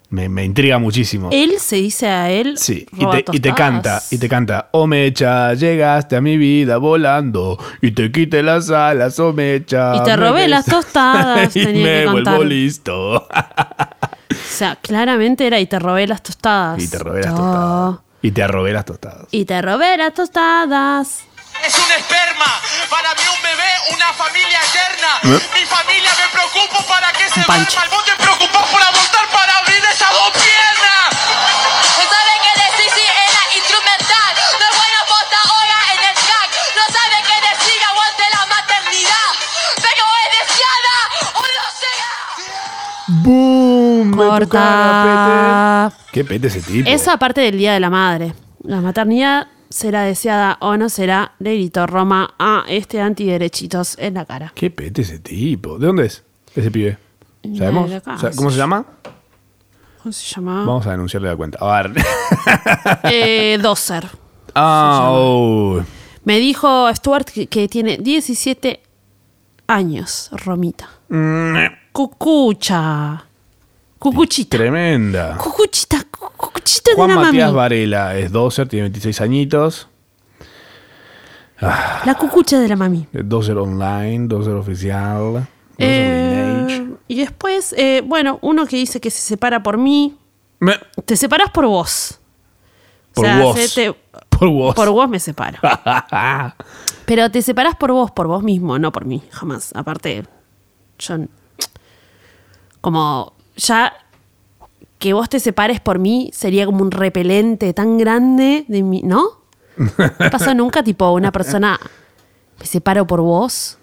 Speaker 1: Me, me intriga muchísimo.
Speaker 2: Él se dice a él.
Speaker 1: Sí, y
Speaker 2: roba
Speaker 1: te, y te
Speaker 2: tostadas.
Speaker 1: canta, y te canta, oh mecha, llegaste a mi vida volando, y te quité las alas, oh mecha.
Speaker 2: Y te
Speaker 1: me
Speaker 2: robé
Speaker 1: bes-
Speaker 2: las tostadas,
Speaker 1: y
Speaker 2: tenía
Speaker 1: me
Speaker 2: que
Speaker 1: vuelvo
Speaker 2: cantar.
Speaker 1: listo.
Speaker 2: O sea, claramente era y te robé las tostadas.
Speaker 1: y te robé las
Speaker 2: Oh.
Speaker 1: tostadas. Y te robé las tostadas.
Speaker 2: Y te robé las tostadas.
Speaker 4: Es un esperma, para mí un bebé, una familia eterna. Mi familia me preocupo para que se
Speaker 2: Pancho.
Speaker 4: vaya. Vos te preocupás por abortar para abrir esas dos piernas.
Speaker 5: No saben que decir si era instrumental. No es bueno posta ahora en el track. No saben que decir aguante la maternidad. Pero es deseada o no será.
Speaker 1: ¡Boom! Me tocaron,
Speaker 2: Corta.
Speaker 1: Pete. ¡Qué pete ese tipo!
Speaker 2: Esa parte del Día de la Madre. La maternidad será deseada o no será, le gritó Roma a este antiderechitos en la cara.
Speaker 1: ¡Qué pete ese tipo! ¿De dónde es ese pibe?
Speaker 2: Nadie
Speaker 1: ¿Sabemos?
Speaker 2: acá.
Speaker 1: O sea, ¿Cómo se llama?
Speaker 2: ¿Cómo se llamaba?
Speaker 1: Vamos a denunciarle la cuenta. A ver.
Speaker 2: Eh, Dozer.
Speaker 1: Ah, oh.
Speaker 2: Me dijo Stuart que, que tiene 17 años, Romita.
Speaker 1: Mm, eh.
Speaker 2: Cucucha. Cucuchita.
Speaker 1: Tremenda.
Speaker 2: Cucuchita, cu- cucuchita. cachito de
Speaker 1: Juan
Speaker 2: una mami.
Speaker 1: Matías Varela es doser, tiene 26 añitos.
Speaker 2: La cucucha de la mami.
Speaker 1: Doser Eh, online, doser oficial. doser
Speaker 2: Eh,
Speaker 1: vintage.
Speaker 2: y después, eh, bueno, uno que dice que se separa por mí.
Speaker 1: Me-
Speaker 2: Te separas por vos.
Speaker 1: Por
Speaker 2: o sea,
Speaker 1: vos.
Speaker 2: se te-
Speaker 1: Por vos.
Speaker 2: por vos me separo. Pero te separás por vos, por vos mismo, no por mí, jamás. Aparte, yo. n- Como ya que vos te separes por mí sería como un repelente tan grande de mí, ¿no? ¿No pasó nunca, tipo, una persona me separo por vos?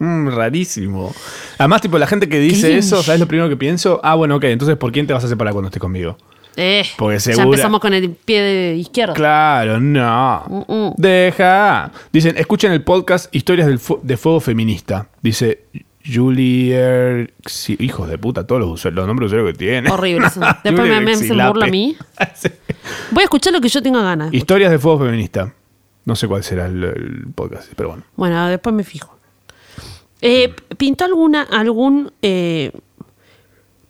Speaker 1: Mm, Rarísimo. Además, tipo, la gente que dice
Speaker 2: Cringe.
Speaker 1: eso, ¿sabes lo primero que pienso? Ah, bueno, ok, entonces, ¿por quién te vas a separar cuando estés conmigo?
Speaker 2: Eh,
Speaker 1: Porque
Speaker 2: Ya
Speaker 1: segura-
Speaker 2: empezamos con el pie de izquierdo.
Speaker 1: Claro, no.
Speaker 2: Mm-mm.
Speaker 1: Deja. Dicen, escuchen el podcast Historias del Fu- de Fuego Feminista. Dice Julier... sí, hijos de puta, todos los, usuarios, los nombres de usuario que tiene.
Speaker 2: Horrible eso. Después
Speaker 1: Julier
Speaker 2: me- me- se
Speaker 1: Exilape.
Speaker 2: burla a mí.
Speaker 1: Sí.
Speaker 2: Voy a escuchar lo que yo tenga ganas.
Speaker 1: Historias de Fuego Feminista. No sé cuál será el, el podcast, pero bueno.
Speaker 2: Bueno, después me fijo. Eh, ¿Pintó alguna, algún. eh,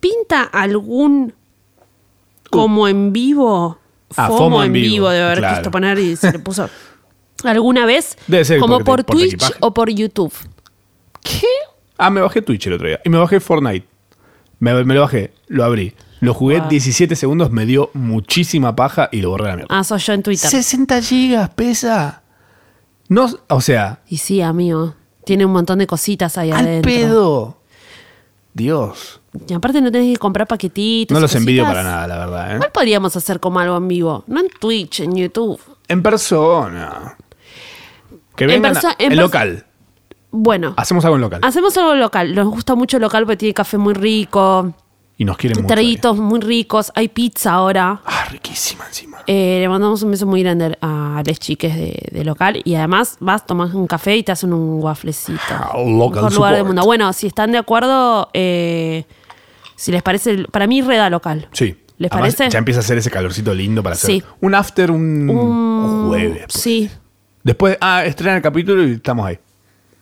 Speaker 2: ¿Pinta algún. como en vivo?
Speaker 1: Uh. Ah,
Speaker 2: FOMO, en vivo, de haber
Speaker 1: claro.
Speaker 2: visto poner y se le puso. ¿Alguna vez?
Speaker 1: Debe ser
Speaker 2: como
Speaker 1: porque te importa
Speaker 2: por
Speaker 1: el
Speaker 2: Twitch
Speaker 1: equipaje.
Speaker 2: o por YouTube. ¿Qué?
Speaker 1: Ah, me bajé Twitch el otro día. Y me bajé Fortnite. Me, me lo bajé, lo abrí. Lo jugué 17 segundos, me dio muchísima paja y lo borré a la mierda.
Speaker 2: Ah, soy yo en Twitter.
Speaker 1: 60 gigas, pesa. No, o sea,
Speaker 2: Y sí, amigo. Tiene un montón de cositas ahí
Speaker 1: al
Speaker 2: adentro.
Speaker 1: pedo. Dios.
Speaker 2: Y aparte no tenés que comprar paquetitos.
Speaker 1: No
Speaker 2: y
Speaker 1: los envidio
Speaker 2: cositas.
Speaker 1: para nada, la verdad. ¿eh?
Speaker 2: Igual podríamos hacer como algo en vivo. No en Twitch, en YouTube.
Speaker 1: En persona. Que
Speaker 2: En
Speaker 1: vengan a-
Speaker 2: perso-
Speaker 1: en
Speaker 2: en perso-
Speaker 1: local.
Speaker 2: Bueno.
Speaker 1: Hacemos algo en local.
Speaker 2: Hacemos algo local. Nos gusta mucho el local porque tiene café muy rico,
Speaker 1: Y nos quieren mucho. ahí.
Speaker 2: traguitos muy ricos, hay pizza ahora.
Speaker 1: Ah, riquísima encima.
Speaker 2: Eh, le mandamos un beso muy grande a los chiques de, de local y además vas, tomas un café y te hacen un wafflecito.
Speaker 1: Ah, local
Speaker 2: Mejor lugar del
Speaker 1: support.
Speaker 2: mundo. Bueno, si están de acuerdo, eh, si les parece, para mí reda local.
Speaker 1: Sí.
Speaker 2: ¿Les
Speaker 1: Además,
Speaker 2: parece?
Speaker 1: Ya empieza a hacer ese calorcito lindo para hacer
Speaker 2: Sí.
Speaker 1: un after, un
Speaker 2: Mm,
Speaker 1: jueves. pues.
Speaker 2: Sí.
Speaker 1: Después, ah, estrenan el capítulo y estamos ahí.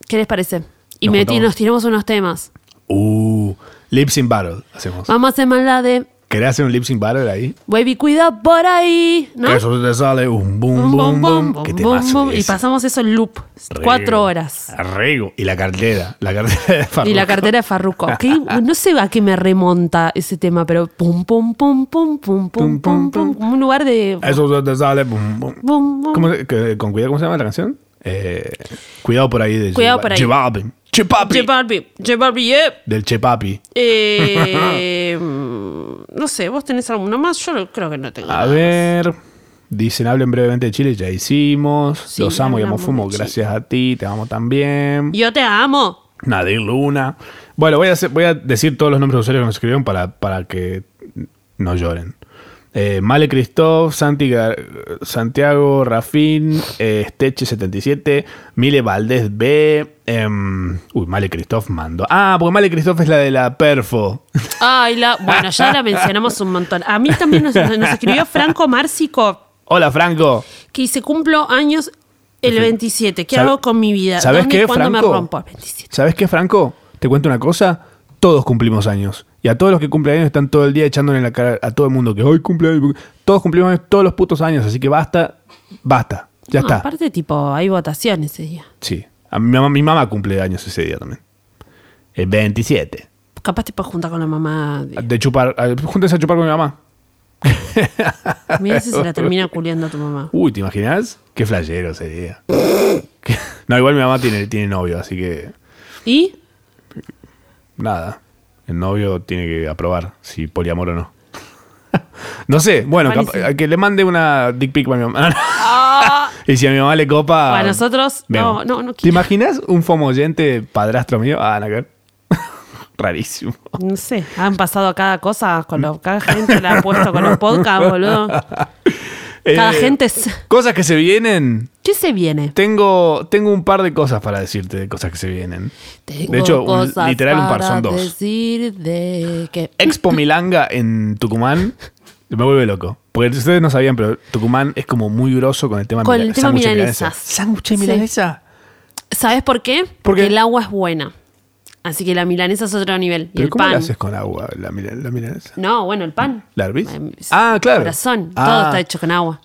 Speaker 2: ¿Qué les parece? Y
Speaker 1: Nos
Speaker 2: me-
Speaker 1: juntamos.
Speaker 2: nos tiramos unos temas.
Speaker 1: Uh, Lips in Battle hacemos.
Speaker 2: Vamos a hacer más la de
Speaker 1: ¿Querés hacer un Lips in Battle ahí?
Speaker 2: Baby, cuida por ahí. ¿no?
Speaker 1: Que eso te sale un boom,
Speaker 2: Bum, bum,
Speaker 1: boom,
Speaker 2: bum,
Speaker 1: boom.
Speaker 2: bum,
Speaker 1: Que te
Speaker 2: bum, bum, y pasamos eso en loop. Cuatro horas.
Speaker 1: Arrego. Y la cartera. La cartera de
Speaker 2: Y la
Speaker 1: Farruko.
Speaker 2: cartera de Farruko. ¿Qué? No sé a qué me remonta ese tema, pero pum, pum, pum, pum, pum, pum,
Speaker 1: Pum,
Speaker 2: pum,
Speaker 1: pum,
Speaker 2: pum.
Speaker 1: pum.
Speaker 2: Como un lugar de.
Speaker 1: Eso te sale. Boom, boom.
Speaker 2: Bum, bum.
Speaker 1: ¿Cómo se- que- con cuidado, ¿cómo se llama la canción? Eh, cuidado por ahí. De
Speaker 2: Cuidado por ahí.
Speaker 1: Chepapi.
Speaker 2: J Balvin, J Balvin, yeah.
Speaker 1: Del Chepapi.
Speaker 2: Eh, no sé, vos tenés alguno más. Yo no- creo que no tengo.
Speaker 1: A
Speaker 2: nada.
Speaker 1: ver. Dicen, hablen brevemente de Chile, ya hicimos.
Speaker 2: Sí,
Speaker 1: Los amo y amo
Speaker 2: hablamos
Speaker 1: fumo,
Speaker 2: de Chile.
Speaker 1: gracias a ti, te amo también.
Speaker 2: Yo te amo.
Speaker 1: Nadir Luna. Bueno, voy a, hacer- voy a decir todos los nombres de usuarios que nos escribieron para, para que no lloren. Eh, Male Christoph, Santi Gar- Santiago, Rafín, eh, Steche77, Mile Valdés B. em, uy, Male Christoph mandó. Ah, porque Male Christoph es la de la Perfo.
Speaker 2: Ay, la. Bueno, ya la mencionamos un montón. A mí también nos, nos escribió Franco Márcico.
Speaker 1: Hola, Franco.
Speaker 2: que se cumplo años el 27. ¿Qué
Speaker 1: ¿Sabe-
Speaker 2: hago con mi vida?
Speaker 1: ¿Sabes
Speaker 2: ¿Dónde y
Speaker 1: qué,
Speaker 2: cuándo me
Speaker 1: Franco?
Speaker 2: rompo? 27.
Speaker 1: ¿Sabes qué, Franco? Te cuento una cosa. Todos cumplimos años. Y a todos los que cumplen años están todo el día echándole en la cara a todo el mundo que hoy cumple años. Todos cumplimos años todos los putos años. Así que basta, basta. Ya
Speaker 2: No,
Speaker 1: está.
Speaker 2: Aparte, tipo, hay votación ese día.
Speaker 1: Sí. A mi, mamá, mi mamá cumple años ese día también. El 27.
Speaker 2: Capaz te puedes juntar con la mamá.
Speaker 1: De chupar. a- Júntense a chupar con mi mamá.
Speaker 2: Mira si se la termina culiando a tu mamá.
Speaker 1: Uy, ¿te imaginas? Qué flayero sería. no, igual mi mamá tiene, tiene novio, así que.
Speaker 2: ¿Y?
Speaker 1: nada. El novio tiene que aprobar si poliamor o no. no sé, bueno,
Speaker 2: Juan y
Speaker 1: cap-
Speaker 2: sí.
Speaker 1: a que le mande una dick pic para mi mamá. y si a mi mamá le copa.
Speaker 2: Ah. Para nosotros,
Speaker 1: vemos.
Speaker 2: no, no, no
Speaker 1: ¿Te
Speaker 2: quiero.
Speaker 1: imaginas un fomo oyente padrastro mío? Ah, nada que ver. Rarísimo.
Speaker 2: No sé. Han pasado cada cosa con los. Cada gente la ha puesto con los podcasts, boludo. Cada
Speaker 1: Eh,
Speaker 2: gente es.
Speaker 1: Cosas que se vienen.
Speaker 2: ¿Qué se viene?
Speaker 1: Tengo, tengo un par de cosas para decirte de cosas que se vienen.
Speaker 2: Tengo
Speaker 1: de hecho, un-
Speaker 2: cosas
Speaker 1: literal un par,
Speaker 2: para
Speaker 1: son dos.
Speaker 2: decir de que.
Speaker 1: Expo Milanga en Tucumán me vuelve loco. Porque ustedes no sabían, pero Tucumán es como muy grosso con el tema
Speaker 2: Con el
Speaker 1: mila-
Speaker 2: tema
Speaker 1: sándwich de
Speaker 2: milanesas.
Speaker 1: ¿Sándwich de
Speaker 2: Sí.
Speaker 1: milanesa?
Speaker 2: ¿Sabes por qué?
Speaker 1: ¿Por qué?
Speaker 2: Porque el agua es buena. Así que la milanesa es otro nivel. Y
Speaker 1: ¿Pero
Speaker 2: el
Speaker 1: cómo
Speaker 2: pan.
Speaker 1: la haces con agua, la, mila- la milanesa?
Speaker 2: No, bueno, el pan.
Speaker 1: ¿La hervís?
Speaker 2: Em, es
Speaker 1: Ah, claro.
Speaker 2: Corazón, todo
Speaker 1: Ah.
Speaker 2: está hecho con agua.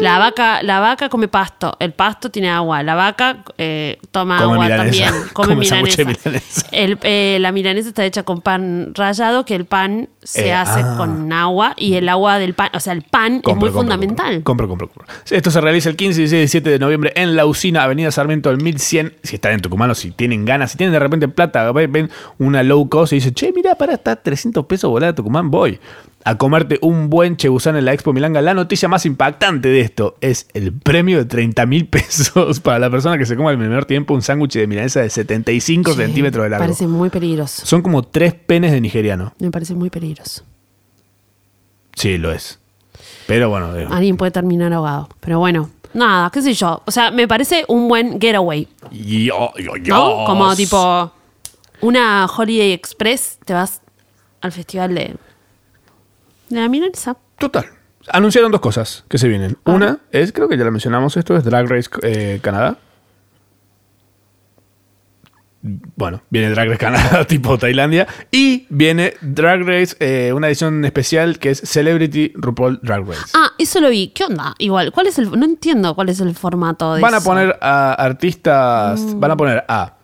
Speaker 2: La vaca, la vaca come pasto, el pasto tiene agua, la vaca eh, toma
Speaker 1: Come
Speaker 2: agua
Speaker 1: milanesa.
Speaker 2: también, come,
Speaker 1: Come sándwich de
Speaker 2: milanesa.
Speaker 1: milanesa.
Speaker 2: El, eh, la milanesa está hecha con pan rallado, que el pan se
Speaker 1: Eh,
Speaker 2: hace
Speaker 1: ah.
Speaker 2: con agua y el agua del pan, o sea, el pan es muy
Speaker 1: Compro, compro,
Speaker 2: fundamental.
Speaker 1: Compro, compro, compro. Esto se realiza el 15 y 16 y 17 de noviembre en la usina Avenida Sarmiento del 1100. Si están en Tucumán o si tienen ganas, si tienen de repente plata, ven, ven una low cost y dicen, che, mirá, para, está 300 pesos volada a Tucumán, voy. A comerte un buen chebusán en la Expo Milanga. La noticia más impactante de esto es el premio de 30 mil pesos para la persona que se coma en el menor tiempo un sándwich de milanesa de 75
Speaker 2: Sí,
Speaker 1: centímetros de largo.
Speaker 2: Parece muy peligroso.
Speaker 1: Son como tres penes de nigeriano.
Speaker 2: Me parece muy peligroso.
Speaker 1: Sí, lo es. Pero bueno, digo,
Speaker 2: Alguien puede terminar ahogado. Pero bueno, nada, qué sé yo. O sea, me parece un buen getaway.
Speaker 1: yo, yo,
Speaker 2: ¿no?
Speaker 1: yo.
Speaker 2: Como tipo una Holiday Express, te vas al festival de, de la milanesa.
Speaker 1: Total. Anunciaron dos cosas que se vienen.
Speaker 2: Ah.
Speaker 1: Una es, creo que ya lo mencionamos, esto es Drag Race eh, Canadá. Bueno, viene Drag Race Canadá tipo Tailandia. Y viene Drag Race, eh, una edición especial que es Celebrity RuPaul Drag Race.
Speaker 2: Ah, eso lo vi. ¿Qué onda? Igual, ¿cuál es el no entiendo cuál es el formato de
Speaker 1: van a
Speaker 2: eso. Mm.
Speaker 1: poner a artistas, van a poner a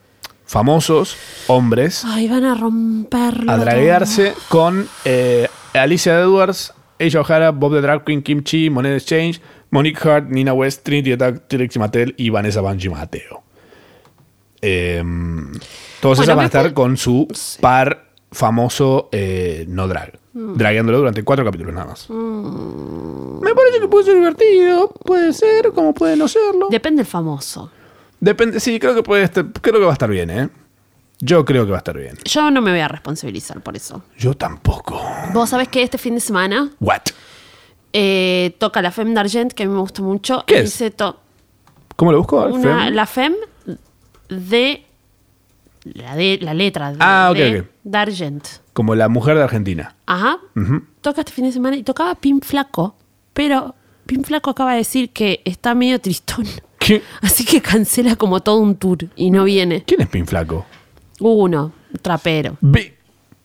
Speaker 1: famosos hombres
Speaker 2: Ay, van a romperlo.
Speaker 1: a
Speaker 2: todo.
Speaker 1: draguearse con eh, Alicia Edwards, Aisha O'Hara, Bob the Drag Queen, Kim Chi, Monet Exchange, Monique Hart, Nina West, Trinity Attack, Trixie Mattel y Vanessa Banji Mateo. Em, todos
Speaker 2: Bueno,
Speaker 1: esas
Speaker 2: me
Speaker 1: van a estar
Speaker 2: puede-
Speaker 1: con su par famoso eh, no drag.
Speaker 2: Mm.
Speaker 1: Dragueándolo durante cuatro capítulos nada más. Me parece que puede ser divertido. Puede ser, como puede no serlo.
Speaker 2: Depende el famoso.
Speaker 1: Depende, sí, creo que puede estar- creo que va a estar bien, ¿eh? Yo creo que va a estar bien.
Speaker 2: Yo no me voy a responsabilizar por eso.
Speaker 1: Yo tampoco.
Speaker 2: Vos sabés que este fin de semana
Speaker 1: What?
Speaker 2: eh, toca la Femme d'Argent, que a mí me gusta mucho.
Speaker 1: ¿Qué
Speaker 2: y
Speaker 1: es?
Speaker 2: se to-
Speaker 1: ¿Cómo lo busco?
Speaker 2: una-
Speaker 1: Fem.
Speaker 2: la fem de la, de, la letra de,
Speaker 1: Ah, ok,
Speaker 2: de
Speaker 1: ok.
Speaker 2: Dargent.
Speaker 1: Como la mujer de Argentina.
Speaker 2: Ajá. Toca este fin de semana y tocaba Pin Flaco, pero Pin Flaco acaba de decir que está medio tristón.
Speaker 1: ¿Qui-
Speaker 2: Así que cancela como todo un tour y no viene.
Speaker 1: ¿Quién es Pin Flaco?
Speaker 2: Uno, trapero,
Speaker 1: Vi-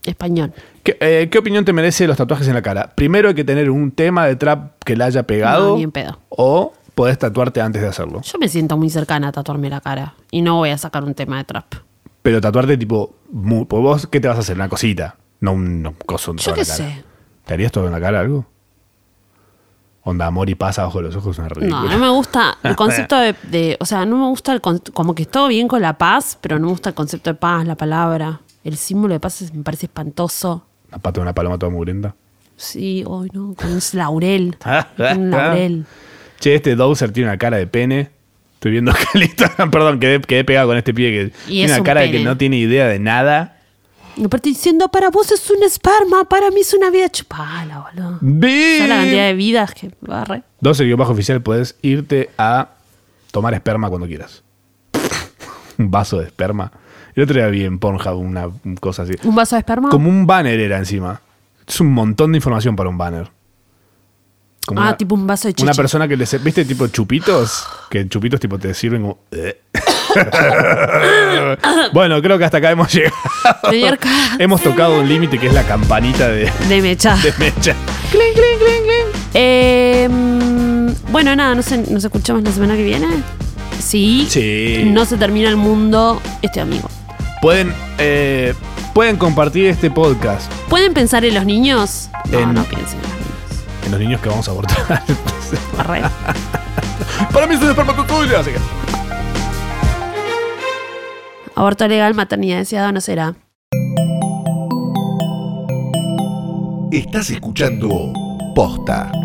Speaker 2: español.
Speaker 1: ¿Qué, eh, qué opinión te merece los tatuajes en la cara? Primero hay que tener un tema de trap que le haya pegado.
Speaker 2: No, ni en pedo.
Speaker 1: O podés tatuarte antes de hacerlo.
Speaker 2: Yo me siento muy cercana a tatuarme la cara y no voy a sacar un tema de trap.
Speaker 1: Pero tatuarte tipo... mu- pues vos, ¿qué te vas a hacer? Una cosita. No un no, coso en
Speaker 2: Yo
Speaker 1: toda
Speaker 2: qué
Speaker 1: la cara.
Speaker 2: sé.
Speaker 1: ¿Te harías todo en la cara algo? Onda, amor y pasa bajo los ojos es una
Speaker 2: No,
Speaker 1: ridícula.
Speaker 2: no me gusta el concepto de, de- O sea, no me gusta el. con- Como que es todo bien con la paz, pero no me gusta el concepto de paz, la palabra. El símbolo de paz es- me parece espantoso.
Speaker 1: La pata de una paloma toda mugrienta.
Speaker 2: Sí, hoy no, con un laurel. un laurel.
Speaker 1: Che, este Dowser tiene una cara de pene. Estoy viendo acá el Instagram, perdón, quedé, quedé pegado con este pibe que
Speaker 2: Y
Speaker 1: tiene
Speaker 2: es
Speaker 1: una
Speaker 2: un
Speaker 1: cara de que
Speaker 2: pene.
Speaker 1: no tiene idea de nada.
Speaker 2: Y aparte diciendo, para vos es un esperma, para mí es una vida chupala, boludo. ¿Sabes la cantidad de
Speaker 1: ¡Bi!
Speaker 2: vidas que barre?
Speaker 1: Dowser guión bajo oficial, podés irte a tomar esperma cuando quieras. un vaso de esperma. El otro día vi en Pornhub una cosa así.
Speaker 2: ¿Un vaso de esperma?
Speaker 1: Como un banner era encima. Es un montón de información para un banner. Como
Speaker 2: Ah, tipo un vaso de
Speaker 1: Una
Speaker 2: chichi.
Speaker 1: persona que le... se- ¿Viste tipo chupitos? Que chupitos tipo te sirven como... eh. bueno, creo que hasta acá hemos llegado.
Speaker 2: Señor Katz.
Speaker 1: hemos tocado un límite que es la campanita de,
Speaker 2: De mecha.
Speaker 1: de mecha.
Speaker 2: Eh, mm, bueno, nada, nos, en- nos escuchamos la semana que viene. Sí.
Speaker 1: Sí.
Speaker 2: No se termina el mundo, este amigo.
Speaker 1: Pueden, eh, pueden compartir este podcast
Speaker 2: ¿Pueden pensar en los niños? No,
Speaker 1: En-
Speaker 2: no piensen en los niños.
Speaker 1: en los niños que vamos a abortar.
Speaker 2: Barre.
Speaker 1: Para mí es un espermatozoide, así que...
Speaker 2: Aborto legal, maternidad deseada no será.
Speaker 3: Estás escuchando Posta.